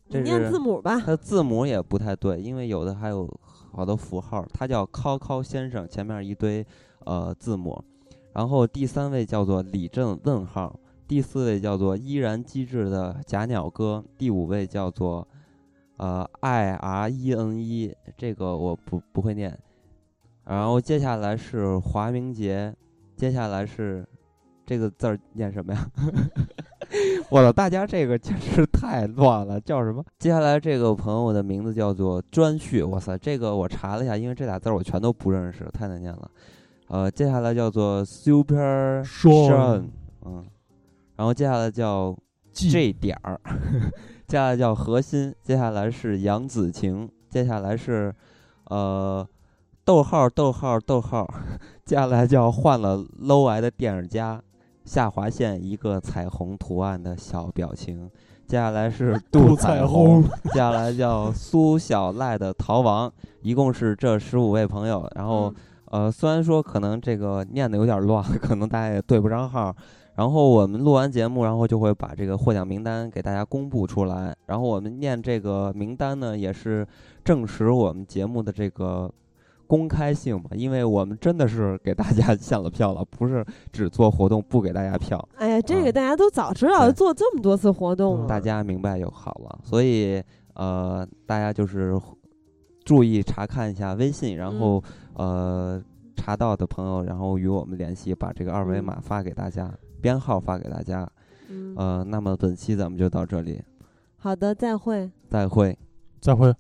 你这是念字母吧，它的字母也不太对，因为有的还有好多符号。它叫康康先生，前面一堆呃字母，然后第三位叫做李振问号，第四位叫做依然机智的假鸟哥，第五位叫做呃 I R E N E，这个我不不会念。然后接下来是华明杰，接下来是这个字儿念什么呀？ 我操，大家这个真是太乱了，叫什么？接下来这个朋友的名字叫做专旭，哇塞，这个我查了一下，因为这俩字儿我全都不认识，太难念了。呃，接下来叫做 Super Sean Sean，嗯，然后接下来叫嗯 J 点儿， 接下来叫核心，接下来是杨子晴，接下来是呃逗号逗号逗号， 接下来叫换了 low 癌的电影家，下划线一个彩虹图案的小表情，接下来是杜彩彩虹，接下来叫苏小赖的逃亡，一共是这十五位朋友，然后。呃，虽然说可能这个念的有点乱， 可能大家也对不上号儿。然后我们录完节目，然后就会把这个获奖名单给大家公布出来。然后我们念这个名单呢，也是证实我们节目的这个公开性嘛，因为我们真的是给大家 献了票了，不是只做活动不给大家票，哎呀，这啊个大家都早知道对做这么多次活动嗯了，大家明白就好了。所以呃，大家就是注意查看一下微信，然后、呃查到的朋友，然后与我们联系，把这个二维嗯码发给大家，编号发给大家。嗯，呃，那么本期咱们就到这里，好的，再会。再会。再会。